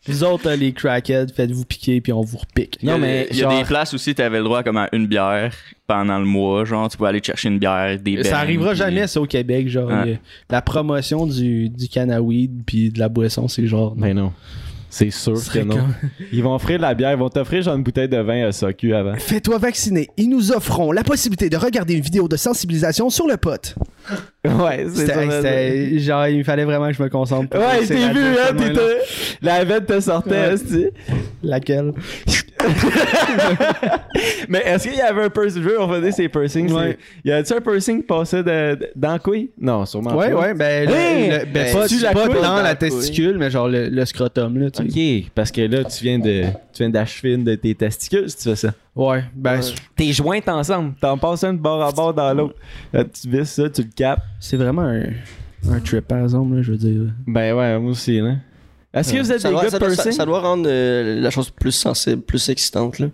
Speaker 2: Vous autres, là, les crackheads, faites-vous piquer, puis on vous repique.
Speaker 1: Non,
Speaker 3: Il y a-
Speaker 1: mais
Speaker 3: Il y a
Speaker 1: genre-
Speaker 3: des places aussi, t'avais le droit comme à une bière pendant le mois. Genre, tu pouvais aller te chercher une bière, des
Speaker 2: Ça
Speaker 3: bennes,
Speaker 2: arrivera
Speaker 3: puis-
Speaker 2: jamais, ça, au Québec. Genre,
Speaker 3: Ouais.
Speaker 2: il y a- la promotion du, du cannabis puis de la boisson, c'est genre.
Speaker 1: Ben non. C'est sûr
Speaker 2: Ce
Speaker 1: que
Speaker 2: serait
Speaker 1: non.
Speaker 2: comme-
Speaker 1: Ils vont offrir de la bière, ils vont t'offrir genre une bouteille de vin à SAQ avant.
Speaker 2: Fais-toi vacciner. Ils nous offrons la possibilité de regarder une vidéo de sensibilisation sur le pote.
Speaker 1: Ouais,
Speaker 2: C'était genre il fallait vraiment que je me concentre. pour
Speaker 1: Ouais,
Speaker 2: réussir
Speaker 1: t'es
Speaker 2: à
Speaker 1: vu,
Speaker 2: dire
Speaker 1: hein,
Speaker 2: ce mot-là.
Speaker 1: t'étais. La veine te sortait,
Speaker 2: Ouais.
Speaker 1: hostie.
Speaker 2: Laquelle
Speaker 1: Mais est-ce qu'il y avait un piercing? Je veux revenir sur les piercings.
Speaker 2: Ouais.
Speaker 1: c'est- Y a-tu un piercing qui passait de, de- dans la couille? Non, sûrement
Speaker 2: Ouais,
Speaker 1: pas.
Speaker 2: ouais, ben, le-
Speaker 1: Hey!
Speaker 2: le- ben,
Speaker 4: Ben,
Speaker 2: pas,
Speaker 1: tu la
Speaker 2: pas
Speaker 1: couilles
Speaker 2: dans
Speaker 4: dans
Speaker 2: la
Speaker 4: la couille.
Speaker 2: testicule, mais genre le, le scrotum là, tu sais.
Speaker 1: Ok, parce que là, tu viens de, tu viens d'achever une de tes testicules si tu fais ça.
Speaker 2: Ouais, ben
Speaker 4: Ouais.
Speaker 1: T'es jointes ensemble, t'en passes une de bord à bord dans l'autre. Là, tu vis ça, tu le capes.
Speaker 2: c'est vraiment un, un trip par exemple là, je veux dire.
Speaker 1: Ben ouais, moi aussi, là. Est-ce que vous êtes
Speaker 4: Ça
Speaker 1: des
Speaker 4: doit,
Speaker 1: gars
Speaker 4: ça,
Speaker 1: de
Speaker 4: doit, ça-
Speaker 1: piercing?
Speaker 4: ça doit rendre euh, la chose plus sensible, plus excitante. Là.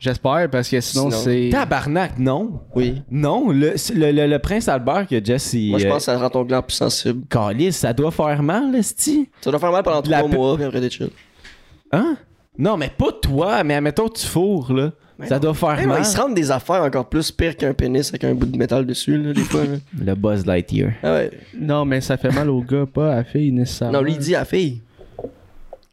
Speaker 2: J'espère parce que sinon,
Speaker 4: Sinon-
Speaker 2: c'est
Speaker 1: Tabarnak, non.
Speaker 4: Oui.
Speaker 1: Non, le, le, le- le prince Albert que Jesse.
Speaker 4: Moi, je pense que ça rend ton gland plus sensible.
Speaker 1: Calice, ça doit faire mal, esti.
Speaker 4: Ça doit faire mal pendant
Speaker 1: La
Speaker 4: trois
Speaker 1: pe-
Speaker 4: mois, puis après, t'es chill.
Speaker 1: Hein? Non, mais pas toi, mais admettons tu fourres, là.
Speaker 4: Mais
Speaker 1: ça doit faire
Speaker 4: Hey, ouais,
Speaker 1: mal.
Speaker 4: ils se rendent des affaires encore plus pires qu'un pénis avec un bout de métal dessus, là, des fois. là.
Speaker 1: Le Buzz Lightyear.
Speaker 4: Ah ouais.
Speaker 2: non, mais ça fait mal au gars, pas à la fille nécessairement.
Speaker 4: Non, lui, il dit à la fille.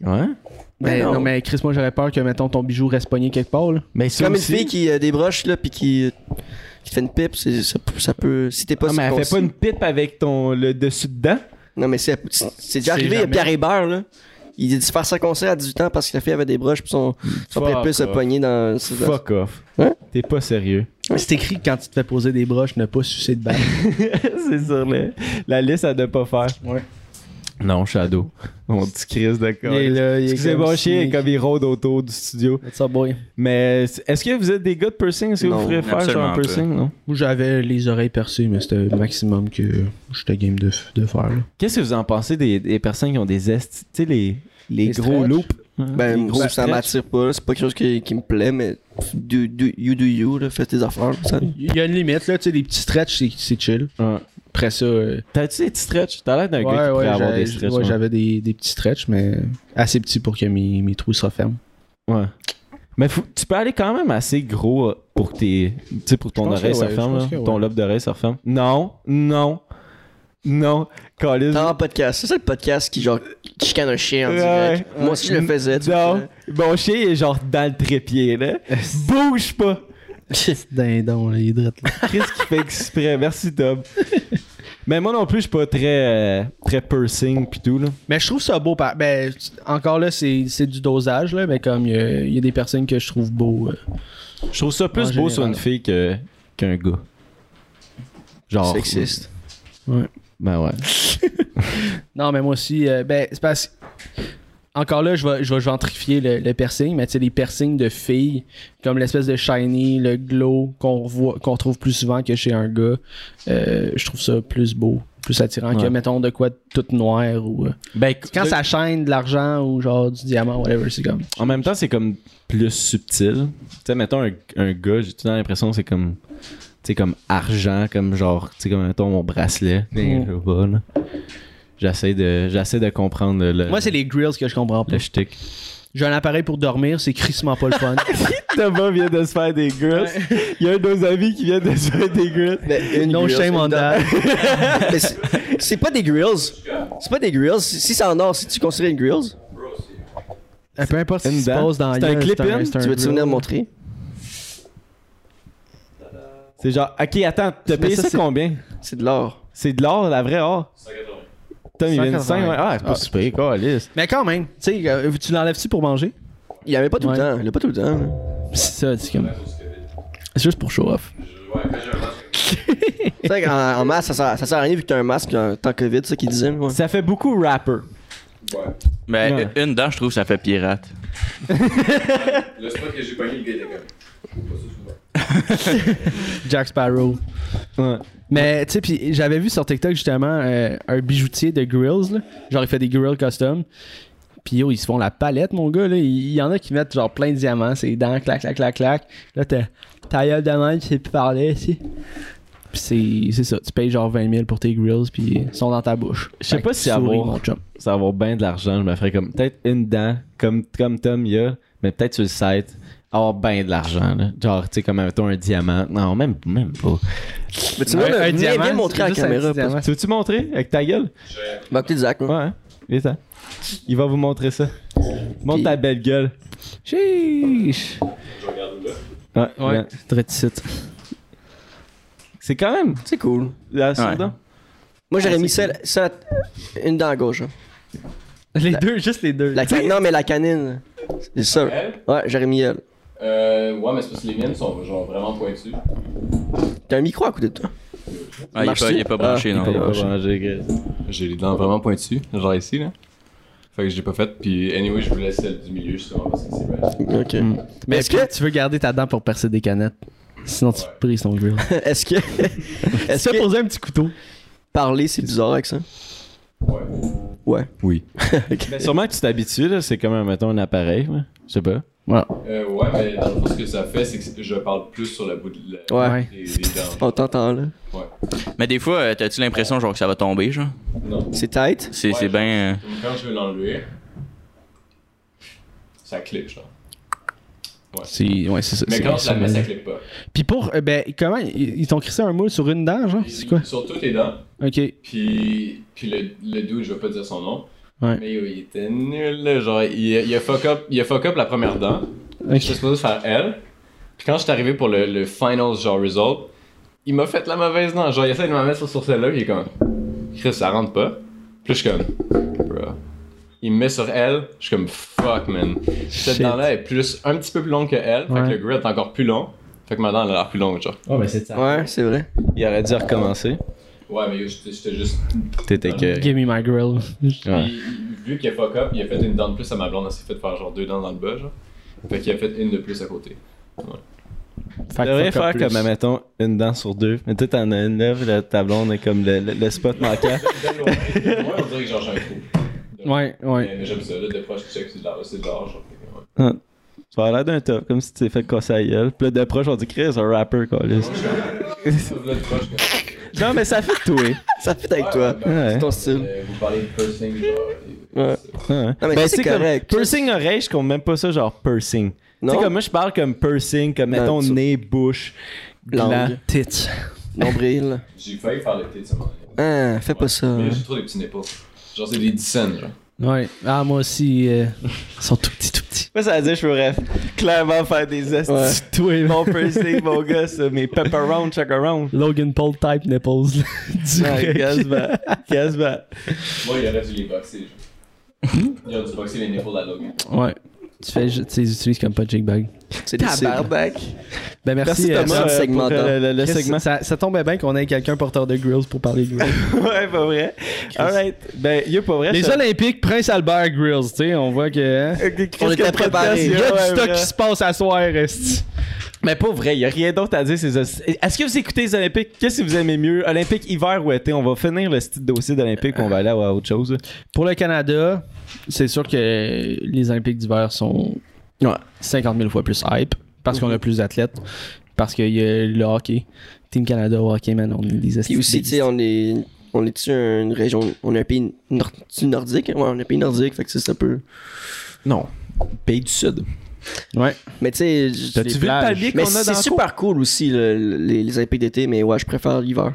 Speaker 1: Hein?
Speaker 2: Ben,
Speaker 4: Ben
Speaker 2: non.
Speaker 4: non.
Speaker 2: mais Chris, moi j'aurais peur que mettons ton bijou reste pogné quelque part là.
Speaker 1: Mais
Speaker 4: C'est
Speaker 1: ça
Speaker 4: comme
Speaker 1: aussi-
Speaker 4: une fille qui euh, débroche, là, puis qui, euh, qui te fait une pipe. c'est- Ça, peut- ça peut. Si t'es pas.
Speaker 1: Ah, mais elle fait
Speaker 4: circoncis-
Speaker 1: pas une pipe avec ton le dessus dedans.
Speaker 4: Non, mais c'est c'est- c'est déjà
Speaker 2: C'est
Speaker 4: arrivé à
Speaker 2: jamais.
Speaker 4: Pierre Hébert, là. Il a dû se faire s'acconcer à 18 ans parce que la fille avait des broches, puis son, son
Speaker 1: Fuck
Speaker 4: prépuce a
Speaker 1: off.
Speaker 4: pogné dans. c'est-
Speaker 1: Fuck off.
Speaker 4: Hein?
Speaker 1: T'es pas sérieux.
Speaker 2: C'est écrit que quand tu te fais poser des broches, ne pas sucer de balle.
Speaker 1: C'est sur le- la liste à ne pas faire.
Speaker 2: Ouais.
Speaker 1: Non, Shadow. Mon petit Chris, d'accord.
Speaker 2: là, il
Speaker 1: Excusez-moi,
Speaker 2: comme
Speaker 1: chien,
Speaker 2: sneak.
Speaker 1: comme il rôde autour du studio.
Speaker 2: What's up, boy?
Speaker 1: Mais est-ce que vous êtes des gars de piercing? Est-ce que vous
Speaker 4: Non,
Speaker 1: ferez faire genre
Speaker 3: absolument
Speaker 1: un
Speaker 3: pas.
Speaker 1: piercing? Non.
Speaker 2: Moi, j'avais les oreilles percées, mais c'était le maximum que j'étais game de, f- de faire. là.
Speaker 1: Qu'est-ce que vous en pensez des, des personnes qui ont des est, tu sais les, les,
Speaker 2: Les
Speaker 1: gros
Speaker 2: stretch.
Speaker 1: loops
Speaker 4: Ben, gros, ça
Speaker 1: stretch.
Speaker 4: m'attire pas. là. C'est pas quelque chose qui, qui me plaît, mais do, do- you do you, là, fais tes affaires. Ça.
Speaker 2: Il y a une limite, là, tu sais, les petits stretchs, c'est- c'est chill.
Speaker 1: Ouais.
Speaker 2: Après ça, euh,
Speaker 1: T'as-tu des petits stretch T'as l'air d'un
Speaker 2: ouais,
Speaker 1: gars qui
Speaker 2: ouais,
Speaker 1: pourrait avoir
Speaker 2: j'avais-
Speaker 1: des stretch.
Speaker 2: ouais,
Speaker 1: ouais.
Speaker 2: j'avais des, des petits stretchs, mais assez petits pour que mes, mes trous se referment.
Speaker 1: Ouais. Mais faut- tu peux aller quand même assez gros euh, pour que tes, tu sais, pour que ton
Speaker 2: pense
Speaker 1: oreille
Speaker 2: que
Speaker 1: se
Speaker 2: ouais, je
Speaker 1: referme, là.
Speaker 2: pense que
Speaker 1: ton
Speaker 2: ouais.
Speaker 1: lobe d'oreille se referme. Non, non, non. Colin,
Speaker 4: T'as un podcast. C'est ça le podcast qui, genre, qui chicane un chien en
Speaker 1: Ouais,
Speaker 4: direct.
Speaker 1: ouais.
Speaker 4: Moi, si je le faisais, tu
Speaker 1: non. Mon chien est genre dans le trépied là. Bouge pas.
Speaker 4: vois.
Speaker 2: Dindon, là, il est drette, là.
Speaker 1: Qu'est-ce qu'il fait exprès Merci Tom. Mais moi non plus, je suis pas très, euh, très pursing pis tout, là.
Speaker 2: Mais je trouve ça beau. Par... Ben, tu- encore là, c'est c'est du dosage, là, mais comme il y a- il y, a des personnes que je trouve beau. euh,
Speaker 1: Je trouve ça plus
Speaker 2: En
Speaker 1: beau
Speaker 2: général.
Speaker 1: sur une fille que, qu'un gars. Genre.
Speaker 4: Sexiste.
Speaker 1: Ben ouais.
Speaker 2: Non, mais moi aussi, euh, ben, c'est parce encore là, je vais, je vais gentrifier le, le piercing, mais tu sais, les piercings de filles, comme l'espèce de shiny, le glow qu'on voit, qu'on trouve plus souvent que chez un gars, euh, je trouve ça plus beau, plus attirant que,
Speaker 1: Ouais.
Speaker 2: mettons, de quoi de tout noir ou. euh,
Speaker 1: Ben,
Speaker 2: quand ça chaîne de l'argent ou genre du diamant, whatever, c'est comme.
Speaker 1: En même temps, c'est comme plus subtil. Tu sais, mettons un, un gars, j'ai tout le temps l'impression que c'est comme. Tu sais, comme argent, comme genre. Tu sais, comme mettons mon bracelet.
Speaker 2: Mm.
Speaker 1: Je sais pas, là. J'essaie de, j'essaie de comprendre le.
Speaker 4: Euh.
Speaker 2: Moi, c'est les grills que je comprends pas.
Speaker 1: Le shtick.
Speaker 2: J'ai un appareil pour dormir, c'est crissement pas le fun.
Speaker 1: Thomas vient de se faire des grosses. Il y a un de nos amis qui vient de se faire des grosses.
Speaker 4: Mais une
Speaker 2: no
Speaker 4: grill,
Speaker 2: shame
Speaker 4: une
Speaker 2: on
Speaker 4: dent.
Speaker 2: that.
Speaker 4: Mais c'est- c'est pas des grills. C'est pas des grills. Si si c'est en or, si tu considères une grills,
Speaker 2: Euh, Peu importe ce
Speaker 1: Une
Speaker 2: qui se
Speaker 1: dent.
Speaker 2: passe dans la
Speaker 1: C'est un
Speaker 2: gueule,
Speaker 1: clip-in?
Speaker 2: c'est
Speaker 4: tu veux-tu
Speaker 2: grill.
Speaker 4: venir me montrer?
Speaker 1: C'est genre, ok, attends, t'as
Speaker 4: Mais
Speaker 1: payé
Speaker 4: ça,
Speaker 1: ça,
Speaker 4: c'est-
Speaker 1: combien
Speaker 4: C'est de l'or.
Speaker 1: C'est de l'or, la vraie or 180. Tom, il vient de 5,
Speaker 2: 180.
Speaker 1: ouais. Ah, c'est pas super, quoi, Alice.
Speaker 2: Mais quand même, tu sais, euh, tu l'enlèves-tu pour manger?
Speaker 4: Il y avait pas tout
Speaker 2: Ouais.
Speaker 4: le temps. Il y en a pas tout le temps. là.
Speaker 2: C'est ça, c'est comme. C'est juste pour show off.
Speaker 4: C'est vrai qu'en en masse, ça sert, ça sert à rien vu que t'as un masque en tant que Covid, c'est ça qu'ils disaient. ouais.
Speaker 1: Ça fait beaucoup rapper.
Speaker 3: Mais
Speaker 1: Ouais.
Speaker 3: Ben, une dent, je trouve, ça fait pirate.
Speaker 5: Le spot que j'ai pogné, le gars était comme. Je trouve pas ça souvent.
Speaker 2: Jack Sparrow.
Speaker 1: Ouais.
Speaker 2: Mais tu sais, puis j'avais vu sur TikTok justement euh, un bijoutier de grills, là. genre il fait des grills custom. Puis yo, ils se font la palette, mon gars. Là. Il y en a qui mettent genre plein de diamants, c'est dents, clac, clac, clac, clac. Là, t'as ta gueule de même, tu sais plus parler, tu sais. Puis c'est- c'est ça, tu payes genre 20 000 pour tes grills, puis ils sont dans ta bouche.
Speaker 1: Je sais
Speaker 2: Fait
Speaker 1: pas
Speaker 2: que
Speaker 1: si
Speaker 2: souris,
Speaker 1: avoir-
Speaker 2: mon chum.
Speaker 1: ça va avoir bien de l'argent. Je me ferais comme peut-être une dent, comme, comme Tom il y a, mais peut-être sur le site, avoir bien de l'argent. là. Genre, tu sais, comme mettons un diamant. Non, même, même pas.
Speaker 4: Mais tu vois,
Speaker 2: Un-
Speaker 4: là,
Speaker 2: un
Speaker 4: viens,
Speaker 2: diamant,
Speaker 4: viens montrer à la
Speaker 2: c'est juste un
Speaker 4: caméra.
Speaker 2: petit diamant.
Speaker 1: Tu veux-tu montrer avec ta gueule?
Speaker 4: Bah, peut-être Zach.
Speaker 1: Ouais,
Speaker 4: hein.
Speaker 1: hein? Viens, ça. Il va vous montrer ça. Montre
Speaker 2: Puis-
Speaker 1: ta belle gueule.
Speaker 2: Chiche.
Speaker 1: Ouais,
Speaker 2: Ouais,
Speaker 1: ouais.
Speaker 2: très petite.
Speaker 1: C'est quand même
Speaker 4: C'est cool.
Speaker 1: la sourde.
Speaker 4: Moi, j'aurais mis celle, celle- une dent à gauche. hein.
Speaker 2: Les deux, juste les deux.
Speaker 4: La can- non, mais la canine. C'est ça.
Speaker 5: Elle?
Speaker 4: Ouais, j'aurais mis elle.
Speaker 5: Euh, ouais, mais c'est parce que les miennes sont genre vraiment pointues.
Speaker 4: T'as un micro à côté de toi.
Speaker 3: Ah, il, est pas, il est pas branché, non.
Speaker 1: Il va
Speaker 4: ouais,
Speaker 1: pas manger, Chris.
Speaker 5: J'ai les dents vraiment pointues, genre ici là. Fait que j'ai pas fait, puis anyway, je voulais celle du milieu justement parce que c'est vrai.
Speaker 4: Ok.
Speaker 2: Mais
Speaker 4: Mais
Speaker 2: est-ce
Speaker 4: est-ce
Speaker 2: que tu veux garder ta dent pour percer des canettes? Sinon, tu brises ton grill.
Speaker 4: Est-ce que. Est-ce
Speaker 2: Est-ce que
Speaker 4: que
Speaker 2: poser un petit couteau?
Speaker 4: parler, c'est bizarre avec ça?
Speaker 5: Ouais.
Speaker 4: Ouais.
Speaker 5: Oui.
Speaker 4: Ok.
Speaker 1: Mais sûrement que tu t'habitues, là. C'est comme, mettons, un appareil. ouais. Je sais pas.
Speaker 5: Euh, ouais, mais dans le fond, ce que ça fait, c'est que je parle plus sur la bout de la...
Speaker 4: Ouais.
Speaker 5: des, des dents.
Speaker 4: On t'entend là.
Speaker 3: Mais des fois, euh, t'as-tu l'impression genre que ça va tomber, genre?
Speaker 5: Non.
Speaker 4: C'est tight.
Speaker 3: C'est
Speaker 5: Ouais,
Speaker 3: c'est
Speaker 5: genre.
Speaker 3: bien... euh,
Speaker 5: Comme Quand je veux l'enlever, ça clip, genre.
Speaker 2: C'est, ouais, c'est ça.
Speaker 5: Mais
Speaker 2: c'est-
Speaker 5: quand je
Speaker 2: c'est-
Speaker 5: la mets, ça clip pas.
Speaker 2: Puis pour, euh, ben, comment, ils ils t'ont crissé un moule sur une dent, genre? C'est quoi?
Speaker 5: Sur toutes les dents,
Speaker 2: Ok.
Speaker 5: Puis, puis le, le dude, je veux pas dire son nom.
Speaker 2: Ouais.
Speaker 5: Mais yo, il était nul, là. Genre, il, il a fuck up, il a fuck up la première dent. J'étais supposé faire elle. Puis quand je suis arrivé pour le, le final, genre, result, il m'a fait la mauvaise dent. Genre, il essaie de me mettre sur celle-là, puis il est comme, Chris, ça rentre pas. Puis je suis comme, bro. Il me met sur elle, je suis comme, fuck, man. Cette
Speaker 2: Shit.
Speaker 5: dent-là est plus, un petit peu plus longue que elle. Fait
Speaker 2: Ouais.
Speaker 5: que le grill est encore plus long. Fait que ma dent, elle a l'air plus longue, genre.
Speaker 1: Oh, mais c'est ça.
Speaker 4: Ouais, c'est vrai.
Speaker 1: Il aurait dû recommencer.
Speaker 5: Ouais, mais yo, j'étais j'étais juste.
Speaker 1: T'étais que.
Speaker 2: Give me my grill.
Speaker 1: Ouais.
Speaker 5: Puis, vu qu'il a fuck up, il a fait une dent de plus à ma blonde, elle s'est fait faire genre deux dents dans le bas, genre. Fait qu'il a fait une de plus à côté.
Speaker 2: Fait que
Speaker 1: devrais
Speaker 2: fuck up
Speaker 1: faire
Speaker 2: plus.
Speaker 1: comme, mettons, une dent sur deux. Mais toi, t'en as une neuve, la ta blonde est comme le, le- le spot manquant.
Speaker 5: Moi, on dirait que genre j'ai un trou.
Speaker 2: Ouais, ouais.
Speaker 5: Mais, mais j'aime ça, là, de proche, tu sais que c'est de l'or, c'est de l'or, genre. Fait que, ouais.
Speaker 1: Tu vas avoir l'air d'un top, comme si tu t'es fait casser la gueule. Puis là, de proche, on dit, Chris, un rapper, Colis.
Speaker 5: Sauf là, de proche, quand-
Speaker 1: non, mais ça fait tout, hein.
Speaker 4: Ça fit avec toi.
Speaker 1: Ouais.
Speaker 4: C'est ton style.
Speaker 5: Euh, vous parlez de piercing, genre. euh, et-
Speaker 4: Ouais.
Speaker 1: Ouais.
Speaker 4: Non, mais ça, c'est
Speaker 1: tu sais, comme
Speaker 4: correct.
Speaker 1: Piercing oreille, je compte même pas ça, genre piercing. Tu sais,
Speaker 4: Non.
Speaker 1: comme moi, je parle comme piercing, comme
Speaker 4: Non,
Speaker 1: mettons
Speaker 4: tu-
Speaker 1: nez, bouche, gland.
Speaker 4: Langue.
Speaker 2: Tits.
Speaker 4: Nombril.
Speaker 5: J'ai failli faire le tits à un moment donné.
Speaker 4: Ah, fais pas ça.
Speaker 5: Mais là, j'ai trop des petits nipples. Genre, c'est des 10 cents, genre.
Speaker 2: Ouais. Ah, moi aussi, euh, ils sont tout petits, tout petits.
Speaker 1: Moi, ça veut dire, je suis ref. clairement faire des estis.
Speaker 4: Ouais.
Speaker 2: Toi, là.
Speaker 1: Mon piercing, mon gars, ça, mes pepperoni, checkaround.
Speaker 2: Logan Paul type nipples.
Speaker 1: Ouais, Quasiment. Quasiment.
Speaker 5: Moi, il aurait dû les boxer. Il aurait dû boxer les nipples à Logan.
Speaker 2: ouais. Tu fais, tu les utilises comme punching bag.
Speaker 4: C'est des cibles.
Speaker 1: Tabarnak.
Speaker 2: Ben merci,
Speaker 1: Merci,
Speaker 2: euh,
Speaker 1: Thomas
Speaker 4: euh,
Speaker 1: euh,
Speaker 4: segment,
Speaker 1: pour, euh,
Speaker 4: hein.
Speaker 1: le, le
Speaker 2: Chris,
Speaker 1: segment.
Speaker 2: Ça, ça tombait bien qu'on ait quelqu'un porteur de grills pour parler de grills.
Speaker 1: ouais, pas vrai. Alright. Ben, y'a pas vrai.
Speaker 2: Les
Speaker 1: ça-
Speaker 2: Olympiques, Prince Albert Grills, tu sais, on voit que. hein,
Speaker 1: Euh, Chris,
Speaker 4: On était
Speaker 1: qu'est-ce que
Speaker 4: préparés.
Speaker 2: Il
Speaker 1: t'as
Speaker 2: y
Speaker 1: dit?
Speaker 2: a du
Speaker 1: Ouais,
Speaker 2: stock
Speaker 1: vrai.
Speaker 2: qui se passe à soir, esti.
Speaker 1: Mais pas vrai, il a rien d'autre à dire. Ces... os- Est-ce que vous écoutez les Olympiques Qu'est-ce que vous aimez mieux Olympique hiver ou été On va finir le style dossier d'Olympique, on va aller à autre chose.
Speaker 2: Pour le Canada, c'est sûr que les Olympiques d'hiver sont 50 000 fois plus hype parce qu'on a
Speaker 4: Mhm.
Speaker 2: plus d'athlètes, parce qu'il y a le hockey. Team Canada au hockey, man, on est des
Speaker 4: Puis aussi, tu sais, on est. On est-tu une région. On est un pays nord- tu nordique? Ouais, on est un pays nordique, fait que c'est ça peut.
Speaker 1: Non. Pays du Sud.
Speaker 2: Ouais.
Speaker 4: Mais tu sais. j-
Speaker 1: T'as-tu
Speaker 4: les
Speaker 1: vu le
Speaker 4: plages.
Speaker 1: palier
Speaker 4: Mais
Speaker 1: qu'on a dans
Speaker 4: c'est
Speaker 1: la
Speaker 4: super cool aussi, le- le- les, les Olympiques d'été, mais ouais, je préfère l'hiver.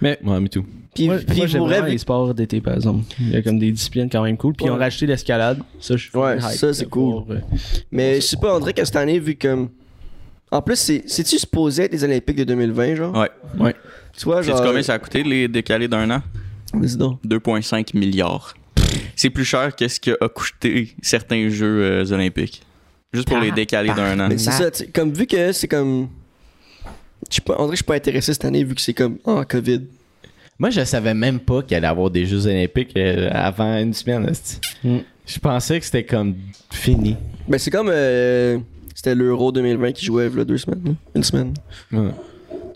Speaker 1: Ouais, mais tout.
Speaker 4: Puis,
Speaker 2: moi,
Speaker 4: puis
Speaker 2: moi, j'aime
Speaker 4: pour
Speaker 2: vraiment
Speaker 4: rêve.
Speaker 2: les sports d'été, par exemple. Il y a comme des disciplines quand même cool. Puis ils
Speaker 4: Ouais.
Speaker 2: ont racheté l'escalade. Ça, je suis
Speaker 4: Ouais,
Speaker 2: hype
Speaker 4: ça, c'est
Speaker 2: de
Speaker 4: cool.
Speaker 2: voir, euh,
Speaker 4: Mais je sais pas, on dirait que cette année, vu comme. En plus, c'est- c'est-tu supposé être les Olympiques de 2020, genre?
Speaker 3: Ouais.
Speaker 2: Ouais.
Speaker 4: Tu vois,
Speaker 3: Sais-tu
Speaker 4: genre. euh,
Speaker 3: combien ça a coûté de les décaler d'un an?
Speaker 4: Vas-y donc.
Speaker 3: 2,5 milliards. C'est plus cher que ce qu'a coûté certains Jeux euh, olympiques. Juste pour les décaler d'un an.
Speaker 1: Mmh.
Speaker 4: Mais Ben, c'est ça, tu sais, comme vu que c'est comme. Je suis pas, on dirait que je suis pas intéressé cette année vu que c'est comme en COVID.
Speaker 1: Moi, je savais même pas qu'il allait avoir des Jeux Olympiques euh, avant une semaine. esti.
Speaker 4: Hmm.
Speaker 2: Mm.
Speaker 1: Je pensais que c'était comme fini.
Speaker 4: Ben c'est comme euh, c'était l'Euro 2020 qui jouait là, deux semaines, là. une semaine. Hmm.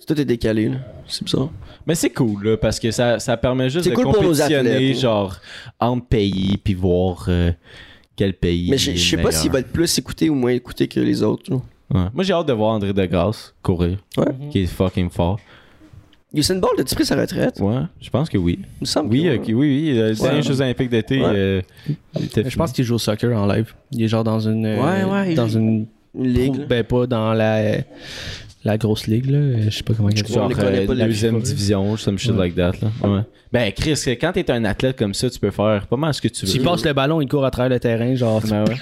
Speaker 4: Tout est décalé là, c'est bizarre.
Speaker 1: Mais c'est cool, là, parce que ça, ça permet juste
Speaker 4: C'est
Speaker 1: de
Speaker 4: cool pour nos
Speaker 1: compétitionner,
Speaker 4: athlètes, là.
Speaker 1: genre, entre pays, puis voir euh, quel pays.
Speaker 4: Mais je je sais
Speaker 1: est
Speaker 4: pas
Speaker 1: meilleur.
Speaker 4: s'il va être plus écouté ou moins écouté que les autres. là.
Speaker 1: Ouais. Moi, j'ai hâte de voir André Degrasse courir,
Speaker 4: Ouais.
Speaker 1: qui est fucking fort.
Speaker 4: Usain Bolt a-tu pris sa retraite
Speaker 1: Ouais, je pense que oui.
Speaker 4: Il me semble.
Speaker 1: Oui,
Speaker 4: que,
Speaker 1: euh, qui- oui, oui. euh, Les derniers Jeux Olympiques d'été,
Speaker 4: Ouais.
Speaker 1: euh, il était
Speaker 2: Mais je
Speaker 1: fini.
Speaker 2: pense qu'il joue au soccer en live. Il est genre dans une. euh,
Speaker 4: Ouais, ouais,
Speaker 2: Dans
Speaker 4: il-
Speaker 2: une.
Speaker 4: Une ligue. là.
Speaker 2: Ben, pas dans la. La grosse ligue, là. Euh, Je sais pas comment il
Speaker 4: on
Speaker 1: genre
Speaker 4: les connaît
Speaker 1: euh,
Speaker 4: pas, les
Speaker 1: deuxième
Speaker 2: FIFA.
Speaker 1: division, some shit
Speaker 2: Ouais.
Speaker 1: like that. Là. Ouais. Ben, Chris, quand t'es un athlète comme ça, tu peux faire pas mal ce que tu veux.
Speaker 2: S'il passe le ballon, il court à travers le terrain, genre. tu-
Speaker 1: Ben ouais.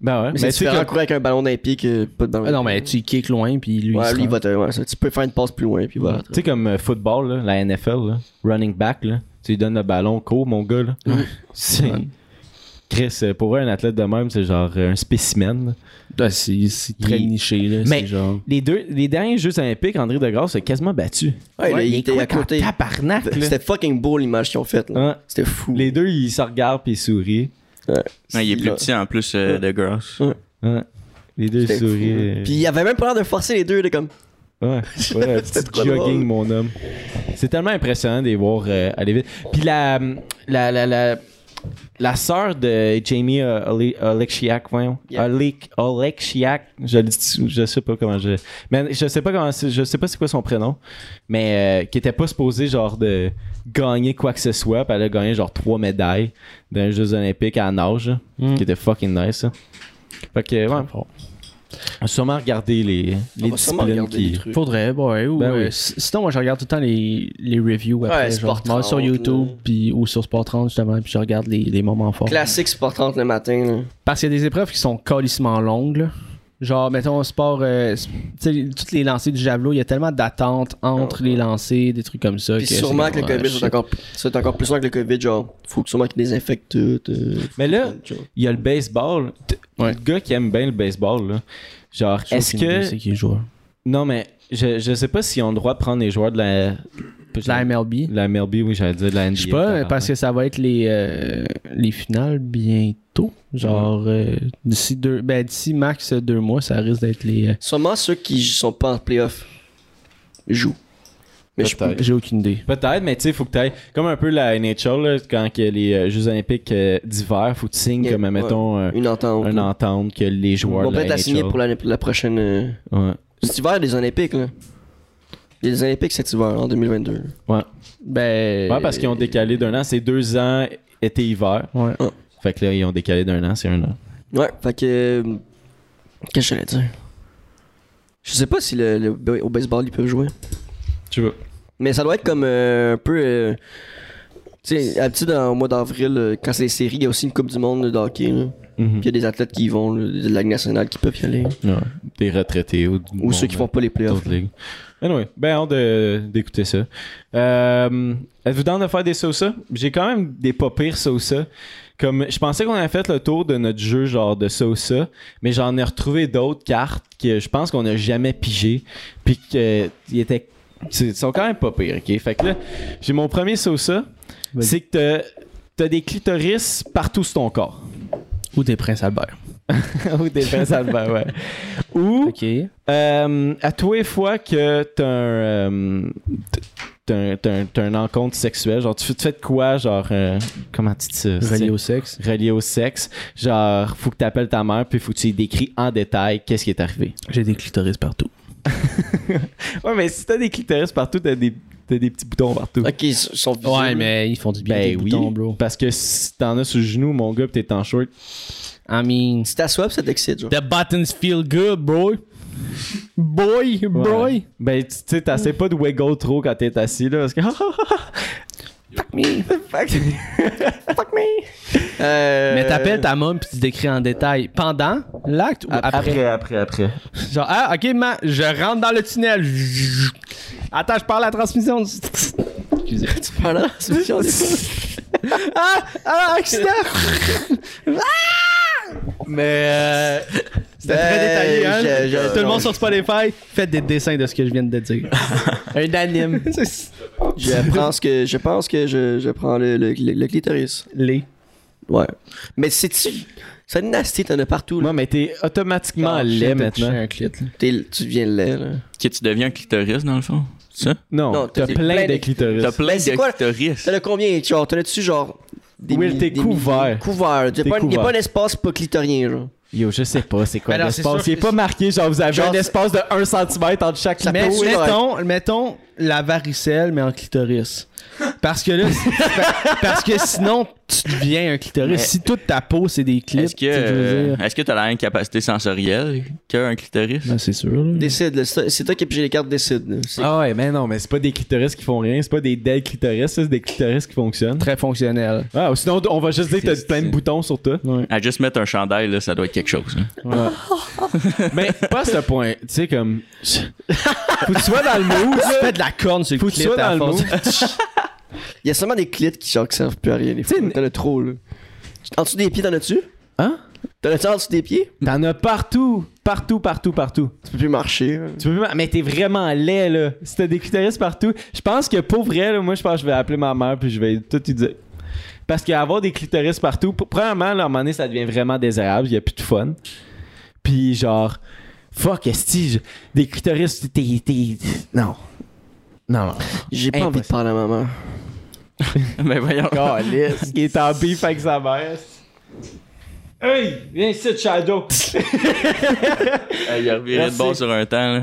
Speaker 1: Ben ouais.
Speaker 4: Mais c'est
Speaker 1: tu sais
Speaker 4: différent
Speaker 1: que-
Speaker 4: de courir avec un ballon d'un pied que pas de ballon.
Speaker 2: Ah non, mais tu kicks loin, puis lui.
Speaker 4: Ouais,
Speaker 2: se
Speaker 4: lui, il
Speaker 2: rend.
Speaker 4: va te- ouais, ça, tu peux faire une passe plus loin puis voilà.
Speaker 1: Tu sais, comme euh, football, là, la NFL, là, running back, là, tu lui donnes le ballon, cours, mon gars. Là. C'est...
Speaker 2: Ouais.
Speaker 1: Chris, euh, pour vrai, un athlète de même, c'est genre euh, un spécimen. là.
Speaker 2: Ouais, c'est c'est très
Speaker 1: Il-
Speaker 2: niché, là.
Speaker 1: Mais-
Speaker 2: C'est genre.
Speaker 1: Les, deux, les derniers Jeux Olympiques, André Degrasse a quasiment battu.
Speaker 4: Ouais, là, il
Speaker 1: est
Speaker 4: était à
Speaker 1: quick en
Speaker 4: côté.
Speaker 1: tabarnak, là.
Speaker 4: C'était fucking beau l'image qu'ils ont faite. là.
Speaker 1: Hein?
Speaker 4: C'était fou.
Speaker 1: Les deux, ils se regardent puis ils sourient.
Speaker 3: Ouais, il est plus
Speaker 4: Là.
Speaker 3: petit en plus euh,
Speaker 4: Ouais.
Speaker 3: de Gross.
Speaker 1: Hein? Les deux
Speaker 4: C'était fou,
Speaker 1: sourient.
Speaker 4: là.
Speaker 1: euh,
Speaker 4: Puis il avait même pas l'air de forcer les deux, là, comme.
Speaker 1: Ouais, ouais, un petit
Speaker 4: C'était trop
Speaker 1: jogging,
Speaker 4: drôle.
Speaker 1: mon homme. C'est tellement impressionnant de les voir euh, aller vite. Puis la, la, la, la, la sœur de Jamie euh, Ole- Oleksiak, voyons.
Speaker 4: Yeah.
Speaker 1: Ole- Oleksiak, je, le dis- je sais pas comment je. Mais je sais pas comment c'est- je sais pas c'est quoi son prénom, mais euh, qui était pas supposé genre de gagner quoi que ce soit. Puis elle a gagné genre trois médailles d'un Jeux Olympiques à nage, là,
Speaker 4: Hmm.
Speaker 2: Mm.
Speaker 1: qui était fucking nice. là. Fait que, ouais. On va sûrement regarder les, les
Speaker 4: On va sûrement
Speaker 1: disciplines
Speaker 4: regarder
Speaker 1: qui.
Speaker 4: des trucs.
Speaker 2: Faudrait, ouais. Ou,
Speaker 1: Ben
Speaker 2: euh,
Speaker 1: oui.
Speaker 2: s- sinon, moi, je regarde tout le temps les, les reviews après.
Speaker 4: Ouais,
Speaker 2: genre,
Speaker 4: Sport
Speaker 2: je m'en vais sur
Speaker 4: 30,
Speaker 2: YouTube
Speaker 4: là.
Speaker 2: puis, ou sur Sport 30, justement, puis je regarde les, les moments forts.
Speaker 4: Classique Sport 30 le matin. là.
Speaker 2: Parce qu'il y a des épreuves qui sont calissement longues, là. Genre, mettons, sport. euh, s- tu sais, toutes les lancers du javelot, il y a tellement d'attentes entre les lancers, des trucs comme ça.
Speaker 4: Puis
Speaker 2: que
Speaker 4: sûrement
Speaker 2: c'est
Speaker 4: que le
Speaker 2: comme,
Speaker 4: COVID,
Speaker 2: ah, shit.
Speaker 4: c'est encore, c'est encore plus loin que le COVID. Genre, faut que sûrement qu'ils désinfectent tout. euh,
Speaker 1: Mais là,
Speaker 4: genre.
Speaker 1: il y a le baseball. T-
Speaker 2: Ouais.
Speaker 1: Le gars qui aime bien le baseball, là. Genre,
Speaker 2: Je sais
Speaker 1: est-ce
Speaker 2: aucune idée
Speaker 1: que.
Speaker 2: C'est qui est joueur.
Speaker 1: Non, mais je, je sais pas s'ils ont le droit de prendre les joueurs de la.
Speaker 2: La MLB.
Speaker 1: La MLB, oui, j'allais dire de la NBA.
Speaker 2: Je sais pas, euh,
Speaker 1: apparemment.
Speaker 2: parce que ça va être les, euh, les finales bientôt. Genre, euh, d'ici deux, ben, d'ici max deux mois, ça risque d'être les. euh,
Speaker 4: Sûrement ceux qui sont pas en playoff jouent. Mais je
Speaker 1: Peut-être.
Speaker 2: J'ai aucune idée.
Speaker 1: Peut-être, mais tu sais, faut que tu Comme un peu la NHL, là, quand que les euh, Jeux Olympiques euh, d'hiver, faut que tu signes,
Speaker 4: Yeah,
Speaker 1: comme, euh,
Speaker 4: ouais.
Speaker 1: mettons, un-
Speaker 4: une entente.
Speaker 1: une
Speaker 4: là.
Speaker 1: entente que les joueurs.
Speaker 4: On
Speaker 1: de
Speaker 4: peut
Speaker 1: la
Speaker 4: être la signer
Speaker 1: NHL
Speaker 4: pour la, la prochaine. euh,
Speaker 1: Ouais.
Speaker 4: cet hiver des Olympiques, là. Les Olympiques cet hiver, en 2022.
Speaker 1: Ouais.
Speaker 2: Ben.
Speaker 1: Ouais, parce qu'ils
Speaker 4: Euh,
Speaker 1: ont décalé d'un an. C'est deux ans été-hiver.
Speaker 2: Ouais.
Speaker 4: Ah.
Speaker 1: Fait que là, ils ont décalé d'un an, c'est un an.
Speaker 4: Ouais, fait que. euh, Qu'est-ce que j'allais dire? Je sais pas si le, le- au baseball ils peuvent jouer.
Speaker 1: Tu vois.
Speaker 4: Mais ça doit être comme euh, un peu. euh, tu sais, habitude en mois d'avril, euh, quand c'est les séries, il y a aussi une Coupe du Monde de hockey. là.
Speaker 1: Mhm.
Speaker 4: Puis il y a des athlètes qui y vont, là, de la Ligue nationale, qui peuvent y aller.
Speaker 1: Ouais. Des retraités ou,
Speaker 4: Ou ceux qui font pas les playoffs.
Speaker 1: d'autres ligues. Anyway, ben hâte de- d'écouter ça. Euh, Êtes-vous dans de faire des sauces? J'ai quand même des pas pires sauces. Comme, je pensais qu'on avait fait le tour de notre jeu genre de sauces, mais j'en ai retrouvé d'autres cartes que je pense qu'on n'a jamais pigé, puis que ils étaient, ils sont quand même pas pires. Ok, fait que là, j'ai mon premier sauce,
Speaker 2: Vas-y.
Speaker 1: c'est que t'as- t'as des clitoris partout sur ton corps.
Speaker 2: Ou des princes Albert.
Speaker 1: Ou des pinces à devant, ouais. Ou
Speaker 2: Ok. Ouais,
Speaker 1: euh, à tous les fois que t'as un, euh, t'as un, t'as un, t'as un encontre sexuel, genre tu, fais- tu fais de quoi, genre, euh, comment tu dis ça?
Speaker 2: Relié
Speaker 1: c'est-
Speaker 2: au sexe.
Speaker 1: relié au sexe. Genre, faut que t'appelles ta mère, puis faut que tu lui décris en détail qu'est-ce qui est arrivé.
Speaker 2: J'ai des clitoris partout.
Speaker 1: Ouais, mais si t'as des clitoris partout, t'as des, t'as des petits boutons partout.
Speaker 4: Ok, ils sont visibles.
Speaker 2: Ouais, mais ils font du bien des
Speaker 1: Ben oui,
Speaker 2: boutons, bro.
Speaker 1: parce que si t'en as sous le genou, mon gars, pis t'es en short,
Speaker 2: I mean,
Speaker 4: Si t'assois, ça t'excite, genre.
Speaker 2: the buttons feel good, bro. Boy, boy.
Speaker 1: Ouais. Ben, tu tu sais, t'essaies pas de wiggle trop quand t'es assis, là, parce que...
Speaker 4: Fuck me. Fuck Fuck me. Euh,
Speaker 2: Mais t'appelles ta mom puis tu décris en détail pendant l'acte ou après?
Speaker 3: après, après.
Speaker 2: Genre, ah, ok, ma, je rentre dans le tunnel. Attends, je parle à la transmission. Excusez.
Speaker 4: Tu parles à la transmission, des fois.
Speaker 2: Ah, ah, accident! Ah! Mais. euh, C'était très
Speaker 4: Ben,
Speaker 2: détaillé, hein?
Speaker 4: je- je-
Speaker 2: Tout le
Speaker 4: non,
Speaker 2: monde
Speaker 4: je-
Speaker 2: sur Spotify, faites des dessins de ce que je viens de dire. Un anime.
Speaker 4: Je pense que je pense que je, je prends le, le, le- le clitoris.
Speaker 2: Les.
Speaker 4: Ouais. Mais c'est tu c'est une nasty, t'en as partout. là.
Speaker 1: non, mais t'es automatiquement
Speaker 2: Ah,
Speaker 1: laid
Speaker 2: shit,
Speaker 1: maintenant.
Speaker 2: j'ai un clit, là.
Speaker 4: T'es- tu deviens laid. Là.
Speaker 3: Que tu deviens un clitoris, dans le fond. C'est ça?
Speaker 1: Non,
Speaker 4: Non,
Speaker 1: t'as
Speaker 4: t'as
Speaker 1: plein
Speaker 4: plein
Speaker 1: de
Speaker 4: de-
Speaker 1: clitoris.
Speaker 3: T'as plein
Speaker 4: Mais c'est
Speaker 3: de
Speaker 4: quoi-
Speaker 3: clitoris.
Speaker 4: T'en as combien genre T'en as-tu genre des
Speaker 1: Will,
Speaker 4: mille-
Speaker 1: t'es
Speaker 4: des mille-
Speaker 1: couvert.
Speaker 4: Couvert. Y'a
Speaker 1: T'es
Speaker 4: pas, un- y a
Speaker 1: couvert.
Speaker 4: pas un espace pas clitorien. Genre.
Speaker 1: Yo, je sais pas, c'est quoi
Speaker 2: Ben non,
Speaker 1: l'espace.
Speaker 2: c'est
Speaker 1: Il
Speaker 2: sûr
Speaker 1: est pas marqué, genre vous avez
Speaker 4: Genre,
Speaker 1: un
Speaker 4: c'est-
Speaker 1: espace de 1 cm entre chaque
Speaker 4: Ça
Speaker 2: Mais
Speaker 4: peut- oui,
Speaker 2: mettons, mettons la varicelle, mais en clitoris. Parce que là, c'est- parce que sinon, tu deviens un clitoris.
Speaker 3: Mais-
Speaker 2: Si toute ta peau, c'est des clits,
Speaker 3: Est-ce
Speaker 2: tu
Speaker 3: que,
Speaker 2: sais, je veux
Speaker 3: euh,
Speaker 2: dire.
Speaker 3: est-ce que t'as la même capacité sensorielle qu'un clitoris?
Speaker 2: Ben, c'est sûr. là.
Speaker 4: Décide. là. C'est c'est toi qui as pigé les cartes, décide. là. C'est-
Speaker 1: Hmm. Ah ouais, mais non, mais c'est pas des clitoris qui font rien, c'est pas des dead clitoris, ça, c'est des clitoris qui fonctionnent.
Speaker 2: Très fonctionnel.
Speaker 1: Ah, ou sinon on va juste dire que t'as
Speaker 3: C'est-
Speaker 1: plein de
Speaker 3: c'est-
Speaker 1: boutons sur toi.
Speaker 3: À juste mettre un chandail, là, ça doit être quelque chose. hein.
Speaker 1: mais pas à ce point, tu sais, comme. Faut que tu sois dans le mood,
Speaker 2: Tu
Speaker 1: là.
Speaker 2: fais de la corne sur le
Speaker 1: Faut que tu
Speaker 2: clit
Speaker 1: sois
Speaker 2: à
Speaker 1: dans le
Speaker 2: force.
Speaker 1: mood.
Speaker 4: Il y a seulement des clits qui, genre, qui servent plus à rien. des fois.
Speaker 1: T'sais,
Speaker 4: T'en as trop. Là. En dessous des pieds, t'en as-tu
Speaker 1: Hein?
Speaker 4: T'en as-tu en dessous des pieds
Speaker 1: T'en as partout, partout, partout, partout.
Speaker 4: Tu peux plus marcher. là.
Speaker 1: Tu peux plus- mais t'es vraiment laid, là. Si t'as des clitoris partout, je pense que pour vrai, là, moi, je pense que je vais appeler ma mère puis je vais tout lui dire. Parce qu'avoir des clitoris partout, pr- premièrement, là, à un moment donné, ça devient vraiment désirable, il y a plus de fun. Puis genre, fuck, esti, je- des clitoris, t'es- t'es. t'es- Non. Non, non.
Speaker 4: J'ai pas envie de
Speaker 1: Impossible.
Speaker 4: parler à maman.
Speaker 3: Mais voyons.
Speaker 1: Calisse, il est en bif avec sa mère. Hey, viens ici, Shadow.
Speaker 3: Ah, Il a reviré de
Speaker 1: Merci.
Speaker 3: bord sur un temps. Là.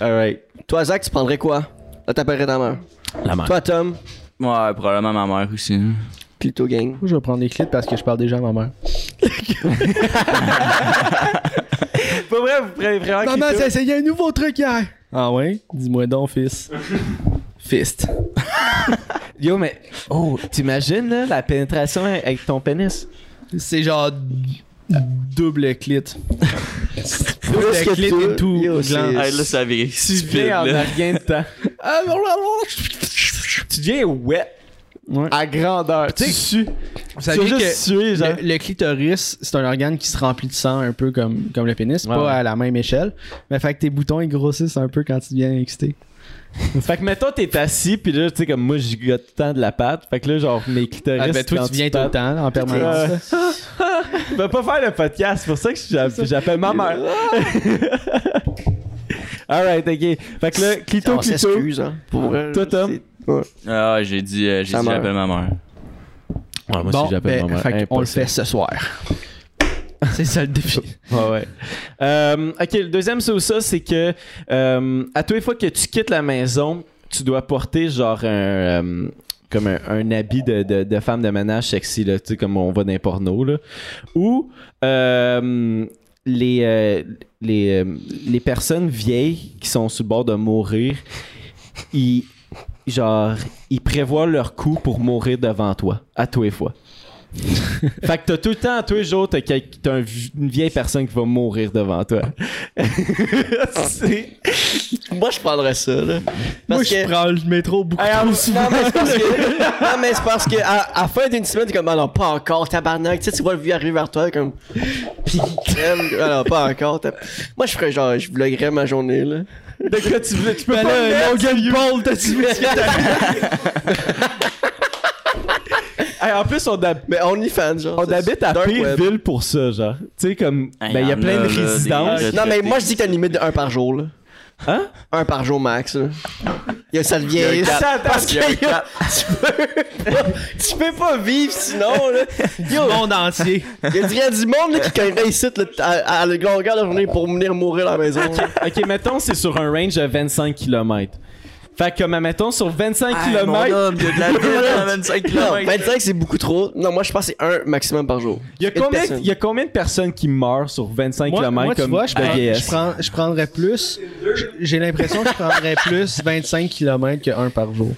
Speaker 1: Alright.
Speaker 4: Toi, Zach, tu prendrais quoi Là, t'appellerais ta mère.
Speaker 1: La mère.
Speaker 4: Toi, Tom,
Speaker 3: Ouais, probablement ma mère aussi. hein.
Speaker 4: Clito Gang.
Speaker 2: Je vais prendre les clits parce que je parle déjà à ma mère.
Speaker 1: Pour vrai, vous prenez vraiment
Speaker 2: Maman,
Speaker 1: clito-
Speaker 2: j'ai essayé un nouveau truc hier. Ah ouais? Dis-moi donc, fils. Fist.
Speaker 1: Yo, mais. Oh, t'imagines, là, la pénétration avec ton pénis?
Speaker 2: C'est genre double clit.
Speaker 4: Plus que
Speaker 2: double clit
Speaker 4: deux.
Speaker 2: et tout.
Speaker 4: Yo, c'est-
Speaker 2: gland.
Speaker 3: Hey, là, ça vire.
Speaker 1: Tu deviens en
Speaker 3: là.
Speaker 1: rien de temps.
Speaker 2: Ah,
Speaker 1: tu deviens wet.
Speaker 2: Ouais.
Speaker 1: À grandeur. Tu
Speaker 2: Tu
Speaker 1: sues.
Speaker 2: Vous
Speaker 1: Tu
Speaker 2: saviez
Speaker 1: juste
Speaker 2: que-
Speaker 1: suer, genre.
Speaker 2: Le, le clitoris, c'est un organe qui se remplit de sang un peu comme, comme le pénis,
Speaker 1: Ouais,
Speaker 2: pas
Speaker 1: ouais.
Speaker 2: à la même échelle. Mais fait que tes boutons ils grossissent un peu quand tu deviens excité.
Speaker 1: Fait que, mettons, t'es assis, pis là, tu sais, comme moi, je goûte tout le temps de la pâte. Fait que là, genre, mes clitoris.
Speaker 2: Ah, ben, toi,
Speaker 1: quand
Speaker 2: tu viens tout
Speaker 1: tapes-
Speaker 2: le temps là, en permanence.
Speaker 1: Euh, Je vais pas faire le podcast, c'est pour ça que j'a- j'appelle ma mère. Alright, ok. Fait que là, clito,
Speaker 4: On
Speaker 1: clito.
Speaker 4: s'excuse, hein. Pour vrai,
Speaker 1: Toi, Tom?
Speaker 4: c'est- ouais.
Speaker 3: Ah, j'ai dit, euh, j'ai
Speaker 4: Ta
Speaker 3: dit,
Speaker 4: mère.
Speaker 3: j'appelle ma mère.
Speaker 1: Ouais, moi
Speaker 2: bon, ben, fait qu'on le fait ce soir. c'est ça le défi.
Speaker 1: Ouais, ouais. Euh, ok, le deuxième c'est ça, c'est que euh, à toutes les fois que tu quittes la maison, tu dois porter genre un euh, comme un, un habit de, de, de femme de ménage sexy, là, tu sais, comme on voit dans les pornos, là. Ou euh, les, euh, les, euh, les personnes vieilles qui sont sur le bord de mourir, ils, genre, ils prévoient leur coup pour mourir devant toi, à tous les fois. fait que t'as tout le temps, tous les jours, t'as, quel- t'as un vi- une vieille personne qui va mourir devant toi. C'est-
Speaker 4: Moi, je prendrais ça, là.
Speaker 2: Moi,
Speaker 4: Parce
Speaker 2: je
Speaker 4: que.
Speaker 2: prends le métro beaucoup
Speaker 4: Hey,
Speaker 2: trop
Speaker 4: on-
Speaker 2: souvent.
Speaker 4: Ah, non, mais c'est parce que, non, mais c'est parce que à, à la fin d'une semaine, t'es comme, alors pas encore, tabarnak. Tu sais, tu vois le vieux arriver vers toi, comme, pis il crème, alors pas encore. t'as- Moi, je ferais genre, je vloguerais ma journée, là.
Speaker 1: De quoi tu veux, tu peux
Speaker 2: Ben
Speaker 1: pas
Speaker 2: là,
Speaker 1: mettre-
Speaker 2: Logan Paul, t'as-tu vu ce qui est arrivé?
Speaker 1: Hey, en plus, on, hab-
Speaker 4: Mais OnlyFans, genre.
Speaker 1: on
Speaker 4: c'est-
Speaker 1: habite à
Speaker 4: Dark
Speaker 1: pire
Speaker 4: web.
Speaker 1: ville pour ça, genre. Tu sais, comme,
Speaker 3: Hey,
Speaker 1: ben, il y
Speaker 3: y
Speaker 1: a
Speaker 3: en
Speaker 1: plein
Speaker 3: a,
Speaker 1: de
Speaker 3: là, des-
Speaker 1: résidences.
Speaker 3: des-
Speaker 4: Non, mais moi, je dis que t'as une limite de 1 par jour, là.
Speaker 1: Hein?
Speaker 4: Un par jour max, là. Y a- Ça devient.
Speaker 3: Il y a un cap.
Speaker 4: Ça, parce que
Speaker 3: Il y a un
Speaker 4: y a- tu, peux pas, tu peux pas vivre sinon, là. Yo,
Speaker 2: monde entier.
Speaker 4: y a, du- y a du monde là, qui connaît ici là, à, à la longueur de la journée pour venir mourir à la maison. là.
Speaker 1: ok, mettons, c'est sur un range de 25 km. Fait que, comme, mettons, sur 25
Speaker 3: Hey, mon
Speaker 1: km,
Speaker 3: homme, il y a de la ville à 25
Speaker 4: Non,
Speaker 3: km.
Speaker 4: 25, c'est beaucoup trop. Non, moi, je pense que c'est un maximum par jour.
Speaker 1: il y, a
Speaker 4: Une personne.
Speaker 1: combien- y a combien de personnes qui meurent sur 25
Speaker 2: Moi,
Speaker 1: km
Speaker 2: moi, tu
Speaker 1: comme
Speaker 2: vois, je,
Speaker 1: de
Speaker 2: prends-
Speaker 1: vieillesse?
Speaker 2: je, prends- je prendrais plus. j- J'ai l'impression que je prendrais plus 25 km que 1 par jour.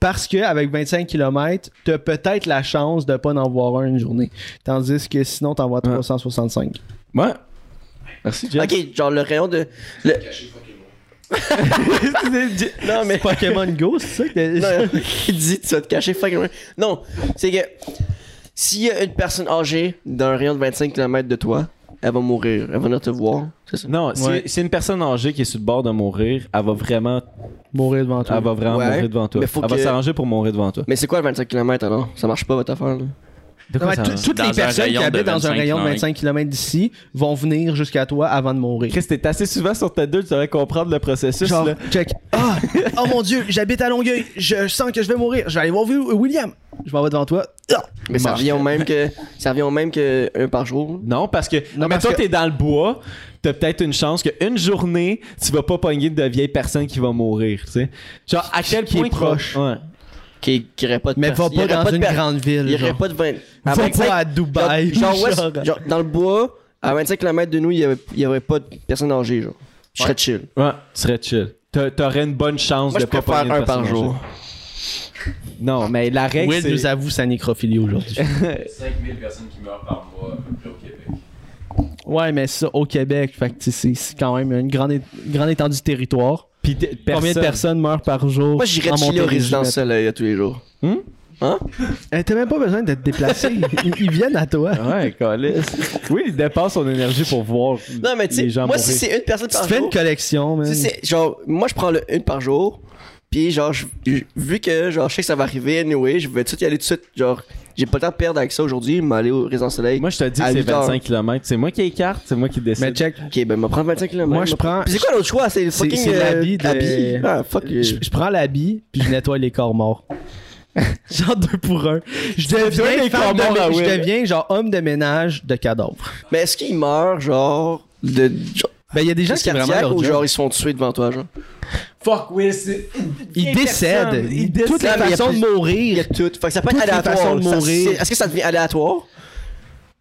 Speaker 2: Parce que avec 25 km, t'as peut-être la chance de pas en voir un une journée. Tandis que sinon, t'en vois 365.
Speaker 1: Ouais. Merci, Jeff.
Speaker 4: Ok, genre le rayon de. le- Non, mais.
Speaker 2: Pokémon Go, c'est ça que t'as-
Speaker 4: Non, il dit tu vas te cacher fucking loin. Non, c'est que s'il y a une personne âgée d'un rayon de 25 km de toi, elle va mourir. Elle va venir te voir. C'est ça.
Speaker 1: Non, si-
Speaker 2: Ouais.
Speaker 1: si une personne âgée qui est sur le bord de mourir, elle va vraiment,
Speaker 2: Mourir devant toi.
Speaker 1: Ah, elle va vraiment
Speaker 4: Ouais.
Speaker 1: mourir devant toi.
Speaker 4: Mais faut
Speaker 1: elle va
Speaker 4: que-
Speaker 1: s'arranger pour mourir devant toi.
Speaker 4: Mais c'est quoi le 25 km alors Ça marche pas votre affaire là.
Speaker 1: De
Speaker 2: Non,
Speaker 1: quoi
Speaker 2: mais
Speaker 1: ça
Speaker 2: tout-
Speaker 1: arrange?
Speaker 2: toutes
Speaker 3: Dans un
Speaker 2: les personnes qui
Speaker 3: rayon de
Speaker 2: habitent dans un
Speaker 3: 25
Speaker 2: rayon de
Speaker 3: kilomètres.
Speaker 2: 25 km d'ici vont venir jusqu'à toi avant de mourir.
Speaker 1: Chris, t'es assez souvent sur ta deux, tu devrais comprendre le processus.
Speaker 2: Genre,
Speaker 1: là.
Speaker 2: check. Ah, oh mon dieu, j'habite à Longueuil. Je sens que je vais mourir. Je vais aller voir Wi- William. Je m'en vais devant toi. Ah.
Speaker 4: Mais ça
Speaker 2: Marche.
Speaker 4: revient au même que ça revient au même que un par jour.
Speaker 1: Non, parce que.
Speaker 2: Non,
Speaker 1: Non, mais
Speaker 2: parce
Speaker 1: toi,
Speaker 2: que-
Speaker 1: t'es dans le bois, t'as peut-être une chance qu'une journée, tu vas pas pogner de vieille personne qui va mourir, tu sais. Genre, à quel
Speaker 2: Qui est
Speaker 1: point. qu'il va-
Speaker 2: proche.
Speaker 1: Ouais.
Speaker 4: Qui qui aurait pas de
Speaker 2: Mais
Speaker 4: pers-
Speaker 2: va
Speaker 4: il y
Speaker 2: pas
Speaker 4: aurait
Speaker 2: dans
Speaker 4: de
Speaker 2: une
Speaker 4: per-
Speaker 2: grande ville.
Speaker 4: Il y aurait
Speaker 2: genre.
Speaker 4: pas de Ah, ben, 20 à
Speaker 2: Va
Speaker 4: 25
Speaker 2: pas à Dubaï.
Speaker 4: Genre, genre, ouais,
Speaker 2: genre.
Speaker 4: genre, dans le bois, à 25 km de nous, il y avait, il y avait pas de personne âgée genre. Je serais chill.
Speaker 1: Ouais, tu serais chill. T'a- T'aurais une bonne chance
Speaker 4: Moi
Speaker 1: de
Speaker 4: je
Speaker 1: pas
Speaker 4: préfère
Speaker 1: pogner de
Speaker 4: un par
Speaker 1: personne
Speaker 4: jour.
Speaker 1: âgée. Non, mais la règle,
Speaker 2: Will
Speaker 1: c'est.
Speaker 2: nous avoue sa nécrophilie aujourd'hui.
Speaker 5: 5000 personnes qui meurent par mois à peu près au Québec.
Speaker 2: ouais, mais ça, au Québec, fait que tu sais, c'est c'est quand même une grande, é- une grande étendue de territoire.
Speaker 1: Puis t'es-
Speaker 2: Combien de personnes meurent par jour?
Speaker 4: Moi j'irais
Speaker 2: en
Speaker 4: chiller au
Speaker 2: Montérégie,
Speaker 4: résidence soleil à tous les jours.
Speaker 1: Hmm?
Speaker 4: Hein
Speaker 2: mettons? Eh, T'as même pas besoin d'être déplacé. Ils- Ils viennent à toi.
Speaker 1: Ouais, Calis. Oui, il dépense son énergie pour voir
Speaker 4: Non, mais
Speaker 1: les
Speaker 4: tu sais,
Speaker 1: gens
Speaker 4: moi,
Speaker 1: mourir.
Speaker 4: si c'est une personne
Speaker 2: Tu
Speaker 4: par
Speaker 2: te fais
Speaker 4: jour.
Speaker 2: une collection, man.
Speaker 4: si c'est- genre, moi, je prends le une par jour. Puis, genre, je- je- vu que, genre, je sais que ça va arriver, anyway, je vais tout de suite y aller tout de suite. Genre, j'ai pas le temps de perdre avec ça aujourd'hui, mais aller au Résidence Soleil.
Speaker 1: Moi, je te dis que
Speaker 4: À
Speaker 1: c'est
Speaker 4: huit heures.
Speaker 1: 25 km. C'est moi qui écarte, c'est moi qui décide.
Speaker 2: Mais check,
Speaker 4: ok, ben, me prendre 25 km.
Speaker 2: Moi, je prends-
Speaker 4: Puis, c'est quoi l'autre choix C'est le
Speaker 2: C'est-
Speaker 4: fucking.
Speaker 2: c'est l'habit de-
Speaker 4: habit. Ah, fuck.
Speaker 2: je, je prends l'habit, puis je nettoie les corps morts. genre deux pour un. Je deviens,
Speaker 1: les
Speaker 2: femme
Speaker 1: corps
Speaker 2: de-
Speaker 1: morts à
Speaker 2: je
Speaker 1: Will.
Speaker 2: deviens genre homme de ménage de cadavres.
Speaker 4: Mais est-ce qu'il meurt, genre, de. genre,
Speaker 2: Ben, il y a des gens
Speaker 4: crise
Speaker 2: qui vraiment
Speaker 4: cardiaque
Speaker 2: leur
Speaker 4: ou
Speaker 2: job.
Speaker 4: genre, ils se font tuer devant toi, genre
Speaker 1: Fuck Will, c'est.
Speaker 2: Ils décèdent.
Speaker 1: Il
Speaker 2: Toutes les
Speaker 4: mais il y a
Speaker 2: façons de
Speaker 4: plus- Il y a
Speaker 2: mourir.
Speaker 4: tout. Fait que ça peut être
Speaker 2: Toutes les
Speaker 4: aléatoire.
Speaker 2: façons de
Speaker 4: Ça-
Speaker 2: mourir.
Speaker 4: c'est- Est-ce que ça devient aléatoire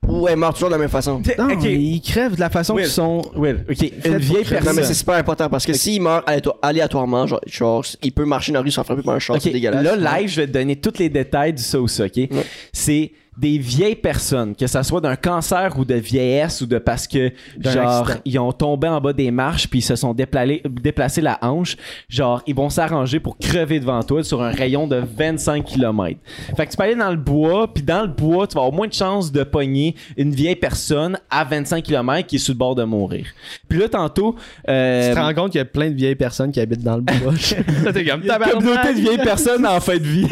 Speaker 4: Ou elle meurt toujours de la même façon
Speaker 2: Non,
Speaker 1: Ok.
Speaker 2: mais ils crèvent de la façon
Speaker 1: Will.
Speaker 2: qu'ils sont.
Speaker 1: Will, ok,
Speaker 2: pour
Speaker 1: une vieille
Speaker 2: crever.
Speaker 1: personne.
Speaker 4: Non, mais c'est super important parce que s'il meurt aléato- aléatoirement, genre, genre, il peut marcher dans la rue sans frapper par un char,
Speaker 1: Ok,
Speaker 4: c'est dégueulasse.
Speaker 1: Là, live, je vais te donner tous les détails du ça ou ça, ok? C'est des vieilles personnes, que ça soit d'un cancer ou de vieillesse ou de parce que,
Speaker 2: D'un
Speaker 1: genre,
Speaker 2: accident.
Speaker 1: ils ont tombé en bas des marches puis ils se sont déplacés, déplacés la hanche, genre, ils vont s'arranger pour crever devant toi sur un rayon de 25 km. Fait que tu peux aller dans le bois, puis dans le bois, tu vas avoir moins de chances de pogner une vieille personne à 25 km qui est sur le bord de mourir. Puis là, tantôt. euh,
Speaker 2: Tu te rends compte qu'il y a plein de vieilles personnes qui habitent dans le bois. Ça, t'es comme
Speaker 1: il y a une communauté de vieilles personnes en fin de vie.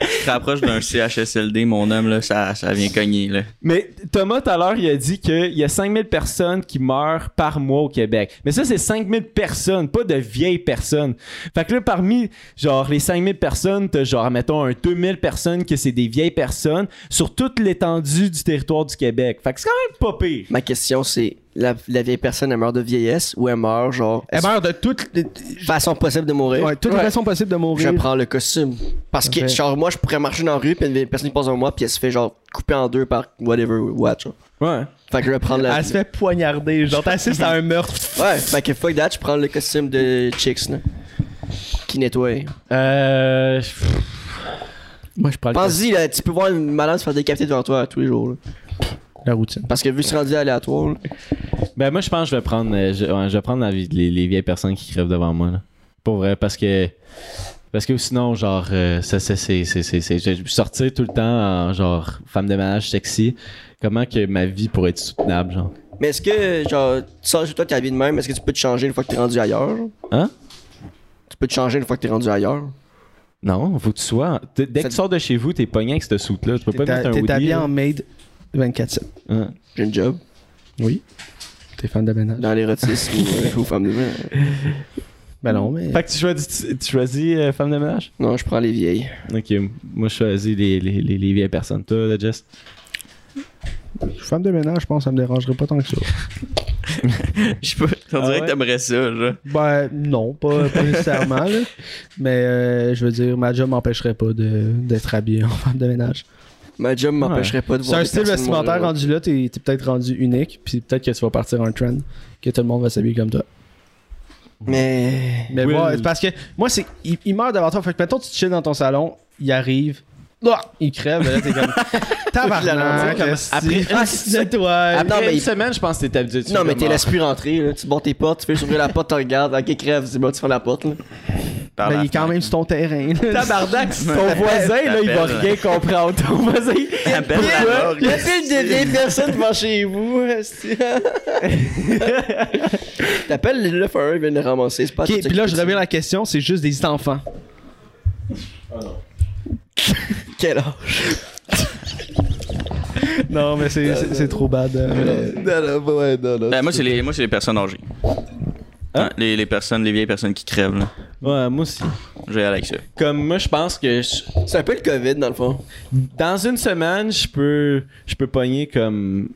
Speaker 3: Tu te rapproches d'un CHSLD, mon homme, là, ça, ça vient cogner. Là.
Speaker 1: Mais Thomas, tout à l'heure, il a dit qu'il y a 5000 personnes qui meurent par mois au Québec. Mais ça, c'est 5000 personnes, pas de vieilles personnes. Fait que là, parmi, genre, les 5000 personnes, t'as genre, mettons, un 2000 personnes que c'est des vieilles personnes sur toute l'étendue du territoire du Québec. Fait que c'est quand même pas pire.
Speaker 4: Ma question, c'est la, la vieille personne, elle meurt de vieillesse ou elle meurt, genre,
Speaker 2: Elle meurt de toutes les,
Speaker 4: façon possible de mourir?
Speaker 2: ouais, toutes les façons possibles de
Speaker 4: Je
Speaker 2: mourir.
Speaker 4: prends le costume. Parce que,
Speaker 2: Parfait.
Speaker 4: genre, moi, je pourrais marcher dans la rue, puis une vieille personne qui passe devant moi, puis elle se fait, genre, couper en deux par whatever, what, genre.
Speaker 1: Ouais.
Speaker 4: Fait que je vais prendre la.
Speaker 2: Elle se fait poignarder. Genre, t'assistes à un meurtre.
Speaker 4: Ouais, fait que fuck that, je prends le costume de Chicks, là. Qui nettoie.
Speaker 1: Euh.
Speaker 2: Moi, je prends le-
Speaker 4: Pense-y, là, tu peux voir une malade se faire décapiter devant toi tous les jours. là.
Speaker 2: la routine.
Speaker 4: Parce que vu que c'est rendu aléatoire, là,
Speaker 1: Ben moi je pense que je vais prendre euh, je, ouais, je vais prendre la vie- les, les vieilles personnes qui crèvent devant moi là. Pour vrai parce que parce que sinon genre euh, ça c'est c'est c'est c'est c'est- je vais sortir tout le temps en genre femme de ménage sexy. Comment que ma vie pourrait être soutenable genre
Speaker 4: Mais est-ce que, genre, tu sors chez toi, t'es habillé de même, est-ce que tu peux te changer une fois que t'es rendu ailleurs? genre?
Speaker 1: Hein?
Speaker 4: Tu peux te changer une fois que t'es rendu ailleurs?
Speaker 1: Non, faut que tu sois t- dès que
Speaker 4: Ça-
Speaker 1: tu sors de chez vous, t'es pogné avec cette soute là, tu peux pas mettre un
Speaker 2: T'es
Speaker 1: hoodie.
Speaker 2: habillé
Speaker 1: là.
Speaker 2: en maid 24-7.
Speaker 1: Hein.
Speaker 4: J'ai une job
Speaker 2: Oui. T'es fan de ménage.
Speaker 4: dans l'érotisme ou, ou femme de main.
Speaker 2: Ben non, mais.
Speaker 1: Fait que tu choisis tu, tu choisis euh, femme de ménage
Speaker 4: Non, je prends les vieilles.
Speaker 1: OK, moi je choisis les les, les, les vieilles personnes. Toi, là, Jess?
Speaker 2: Femme de ménage, je pense, ça me dérangerait pas tant que ça.
Speaker 3: Je sais pas, on dirait
Speaker 1: ouais?
Speaker 3: que t'aimerais ça, genre.
Speaker 2: Ben non, pas, pas nécessairement. là. Mais euh, je veux dire, ma job m'empêcherait pas de- d'être habillé en femme de ménage.
Speaker 4: Ma job m'empêcherait pas de
Speaker 2: C'est
Speaker 4: voir.
Speaker 2: un
Speaker 4: des
Speaker 2: style
Speaker 4: personnes
Speaker 2: vestimentaire
Speaker 4: manger.
Speaker 2: rendu là, t'es t'es peut-être rendu unique, puis peut-être que tu vas partir un trend, que tout le monde va s'habiller comme toi.
Speaker 4: Mais.
Speaker 2: Mais
Speaker 1: Will.
Speaker 2: moi, c'est parce que moi, c'est. Il, il meurt devant toi. Fait que mettons, tu te chilles dans ton salon, il arrive. Ah, il crève, là, t'es comme. Tabarnak,
Speaker 1: Comme-
Speaker 2: après,
Speaker 1: après-
Speaker 2: ah, c'est nettoyage.
Speaker 4: Non, mais il-
Speaker 1: semaine, je pense que t'es habitué. tu
Speaker 4: Non,
Speaker 1: fais
Speaker 4: mais
Speaker 1: comme,
Speaker 4: t'es laisses plus rentrer, là. Tu bats tes portes, tu fais juste ouvrir la porte, tu regardes. Ok, crève, c'est bon, tu fermes la porte, là.
Speaker 3: Par
Speaker 2: Mais
Speaker 3: la
Speaker 2: Ben, il est quand même sur ton terrain. là.
Speaker 1: Tabarnak, ton voisin,
Speaker 4: Ah,
Speaker 1: là, il va
Speaker 3: T'appelles.
Speaker 1: rien comprendre. Ton voisin,
Speaker 3: Appelle la morgue.
Speaker 4: Le film de vieilles personnes devant chez vous, esti. T'appelles le 911, ils viennent le ramasser, c'est pas
Speaker 2: ok, puis là, je reviens à la question, c'est juste des enfants.
Speaker 4: Quel âge?
Speaker 2: Non, mais c'est- c'est c'est trop bad. euh,
Speaker 4: Non, non, ouais, non, non.
Speaker 3: Ben, moi, c'est les, moi, c'est les personnes âgées. Hein? Les, les personnes, les vieilles personnes qui crèvent, là.
Speaker 1: Ouais, moi aussi.
Speaker 3: Je vais aller avec ça.
Speaker 1: Comme moi, je pense que je-
Speaker 4: C'est un peu le COVID, dans le fond.
Speaker 1: dans une semaine, je peux, je peux pogner comme.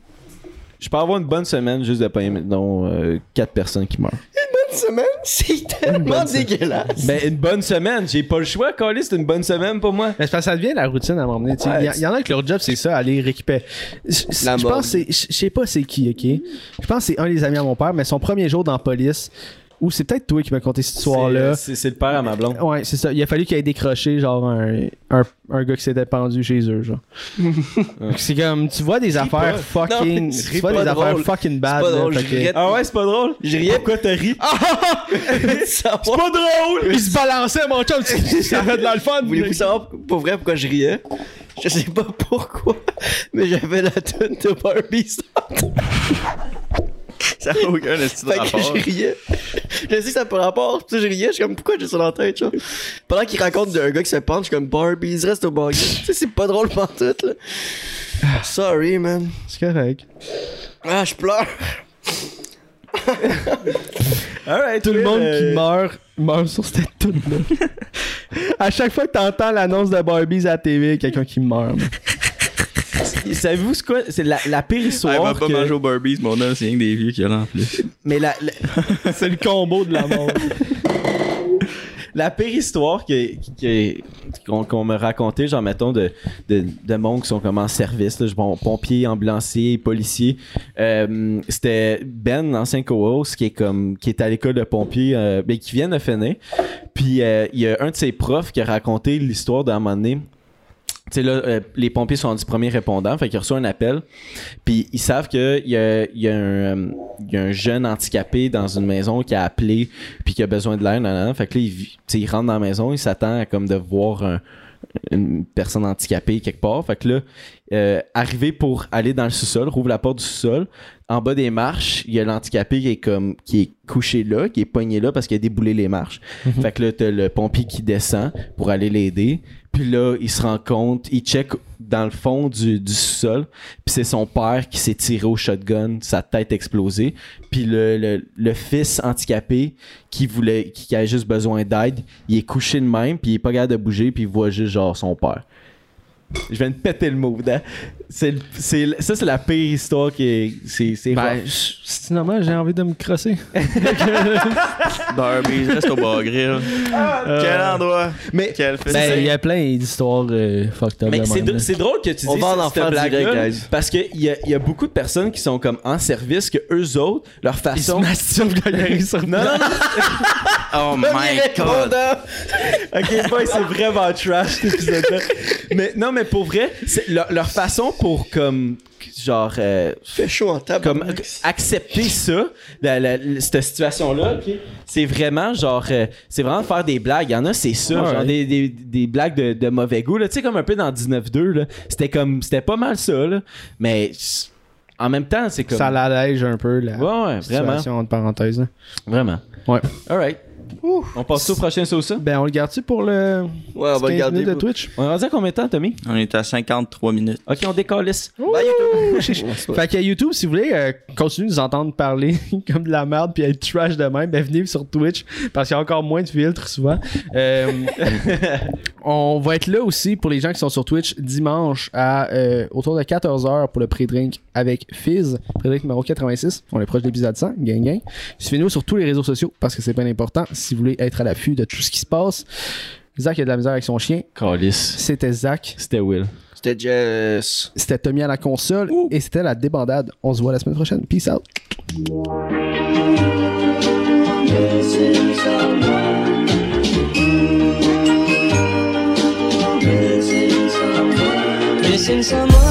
Speaker 1: Je peux avoir une bonne semaine juste de pogner, mettons, 4 personnes qui meurent.
Speaker 4: Une semaine, c'est tellement dégueulasse.
Speaker 1: Ben, une bonne semaine, j'ai pas le choix, Carlis, c'est une bonne semaine pour moi.
Speaker 2: Mais Ben, c'est parce que ça devient la routine à m'emmener. Il
Speaker 4: Ouais,
Speaker 2: y, en a que leur job, c'est ça, aller récupérer. Je
Speaker 4: La
Speaker 2: je
Speaker 4: mode.
Speaker 2: pense, que c'est- je je sais pas c'est qui, ok? Je pense que c'est un des amis à mon père, mais son premier jour dans la police, ou c'est peut-être toi qui m'as conté cette histoire-là.
Speaker 4: euh,
Speaker 1: C'est c'est le père à ma blonde.
Speaker 2: Ouais, c'est ça. Il a fallu qu'il ait décroché, genre, un, un, un gars qui s'était pendu chez eux, genre. c'est comme, tu vois des affaires fucking.
Speaker 4: Non, mais
Speaker 2: tu
Speaker 4: ris
Speaker 2: vois des
Speaker 4: pas
Speaker 2: affaires
Speaker 4: drôle.
Speaker 2: fucking bad.
Speaker 4: pas
Speaker 2: là,
Speaker 4: drôle,
Speaker 2: fait
Speaker 4: je
Speaker 2: que-
Speaker 4: riais.
Speaker 1: Ah ouais, c'est pas drôle?
Speaker 4: J'ai rien
Speaker 1: Pourquoi t'as ri?
Speaker 4: savoir.
Speaker 2: Pas drôle! Il se balançait, mon chum, ça fait de la fun!
Speaker 4: Voulez-vous savoir pour vrai pourquoi je riais? Je sais pas pourquoi, mais j'avais la tune de Barbie Star.
Speaker 3: Ça n'a aucun esti de
Speaker 4: Fait que
Speaker 3: rapport.
Speaker 4: je riais. Je sais que ça n'a pas rapport, puis je riais, je suis comme pourquoi j'ai ça dans la tête, tu vois? Pendant qu'il raconte d'un gars qui se pente, je suis comme Barbie, il reste au bargain. tu sais, c'est pas drôle pantoute, là. Sorry, man.
Speaker 2: C'est correct.
Speaker 4: Ah, je pleure.
Speaker 1: Alright, Ah
Speaker 2: Tout le monde
Speaker 1: euh,
Speaker 2: qui meurt, meurt sur cette toute là à chaque fois que t'entends l'annonce de Barbies à la TV, il y a quelqu'un qui meurt.
Speaker 1: meurt. Savez-vous ce quoi? C'est la, la pire histoire.
Speaker 3: Elle m'a pas
Speaker 1: que-
Speaker 3: mangé aux Barbies, mon homme, c'est rien que des vieux qui en a en plus.
Speaker 1: Mais la, la-
Speaker 2: C'est le combo de la mort.
Speaker 1: la pire histoire que- que- qu'on qu'on me racontait, genre, mettons, de, de, de monde qui sont comme en service, là, je- bon, pompiers, ambulanciers, policiers, euh, c'était Ben, l'ancien co-host, qui est, comme, qui est à l'école de pompiers, euh, ben, qui vient de finir. Puis euh, il y a un de ses profs qui a raconté l'histoire d'un moment donné. Tu sais, là, euh, les pompiers sont du premier répondant, fait qu'ils reçoivent un appel. Puis ils savent qu'il y a, il y, a un, euh, il y a un jeune handicapé dans une maison qui a appelé, puis qui a besoin de l'aide. nan, nan, nan. Fait que là, il, vit- tu sais, il rentre dans la maison, il s'attend à comme de voir un- une personne handicapée quelque part. Fait que là, euh, arrivé pour aller dans le sous-sol, rouvre la porte du sous-sol. En bas des marches, il y a l'handicapé qui est comme qui est couché là, qui est pogné là parce qu'il a déboulé les marches. Fait que là, t'as le pompier qui descend pour aller l'aider. Puis là, il se rend compte, il check dans le fond du, du sous-sol. Puis c'est son père qui s'est tiré au shotgun, sa tête explosée. Puis le, le, le fils handicapé qui voulait, qui, qui avait juste besoin d'aide, il est couché de même, puis il est pas capable de bouger, puis il voit juste genre son père. Je viens de péter le mot. hein. C'est, le- c'est, le- ça, c'est la pire histoire qui est. C'est, c'est rough.
Speaker 2: Ben, je- c'est normal, j'ai envie de me crosser.
Speaker 3: Darby, reste au bas grill. Quel endroit.
Speaker 1: mais
Speaker 3: Quel festival.
Speaker 2: Ben, il y a plein d'histoires euh, fucked up.
Speaker 1: mais
Speaker 2: de
Speaker 1: c'est,
Speaker 2: même,
Speaker 1: dr-
Speaker 2: là.
Speaker 1: c'est drôle que tu
Speaker 4: On
Speaker 1: dises
Speaker 4: va en
Speaker 1: cette
Speaker 4: faire
Speaker 1: blague-là,
Speaker 4: direct, guys.
Speaker 1: parce qu'il y a, il y a beaucoup de personnes qui sont comme en service que eux autres leur
Speaker 2: Ils se
Speaker 1: façon
Speaker 2: masturbent quand ils arrivent sur
Speaker 1: non non non
Speaker 3: Oh my god.
Speaker 1: hein. ok, boy, c'est vraiment trash cet épisode-là. Mais non, mais pour vrai, c'est leur, leur façon pour comme genre euh,
Speaker 4: Fait chaud en table.
Speaker 1: comme
Speaker 2: Oh,
Speaker 1: euh, accepter ça, la- la- la- cette situation-là, ok, c'est vraiment genre euh, c'est vraiment faire des blagues. Il y en a, c'est ça,
Speaker 2: Ouais.
Speaker 1: genre des, des- des blagues de, de mauvais goût. là. Tu sais comme un peu dans 19-2 là, c'était comme c'était pas mal ça là, mais c'est- en même temps c'est comme
Speaker 2: Ça l'allège un peu, la
Speaker 1: ouais, ouais, vraiment,
Speaker 2: situation entre parenthèses. là.
Speaker 1: vraiment.
Speaker 2: Ouais.
Speaker 1: Alright. On passe au prochain sauce. ça?
Speaker 2: Ben, on le garde-tu pour Ah, le.
Speaker 4: Ouais, on va
Speaker 2: 15
Speaker 4: le garder.
Speaker 2: minutes de
Speaker 4: bro.
Speaker 2: Twitch?
Speaker 1: On est rendu à combien de temps, Tommy?
Speaker 3: On est à 53 minutes.
Speaker 1: Ok, on décalisse.
Speaker 4: Bye, YouTube.
Speaker 2: Fait qu'à YouTube, si vous voulez euh, continuer de nous entendre parler comme de la merde puis être trash de même, ben venez sur Twitch parce qu'il y a encore moins de filtres souvent. Euh, on va être là aussi pour les gens qui sont sur Twitch dimanche à euh, autour de 14h pour le pré-drink avec Fizz, pré-drink numéro 86. On est proche de l'épisode 100, gang gang. Suivez-nous sur tous les réseaux sociaux parce que c'est bien important si vous voulez être à l'affût de tout ce qui se passe. Zach a de la misère avec son chien.
Speaker 1: Calice.
Speaker 2: C'était Zach.
Speaker 1: C'était Will.
Speaker 4: C'était Jess.
Speaker 2: C'était Tommy à la console et c'était la débandade. On se voit la semaine prochaine. Peace out.
Speaker 6: Missing someone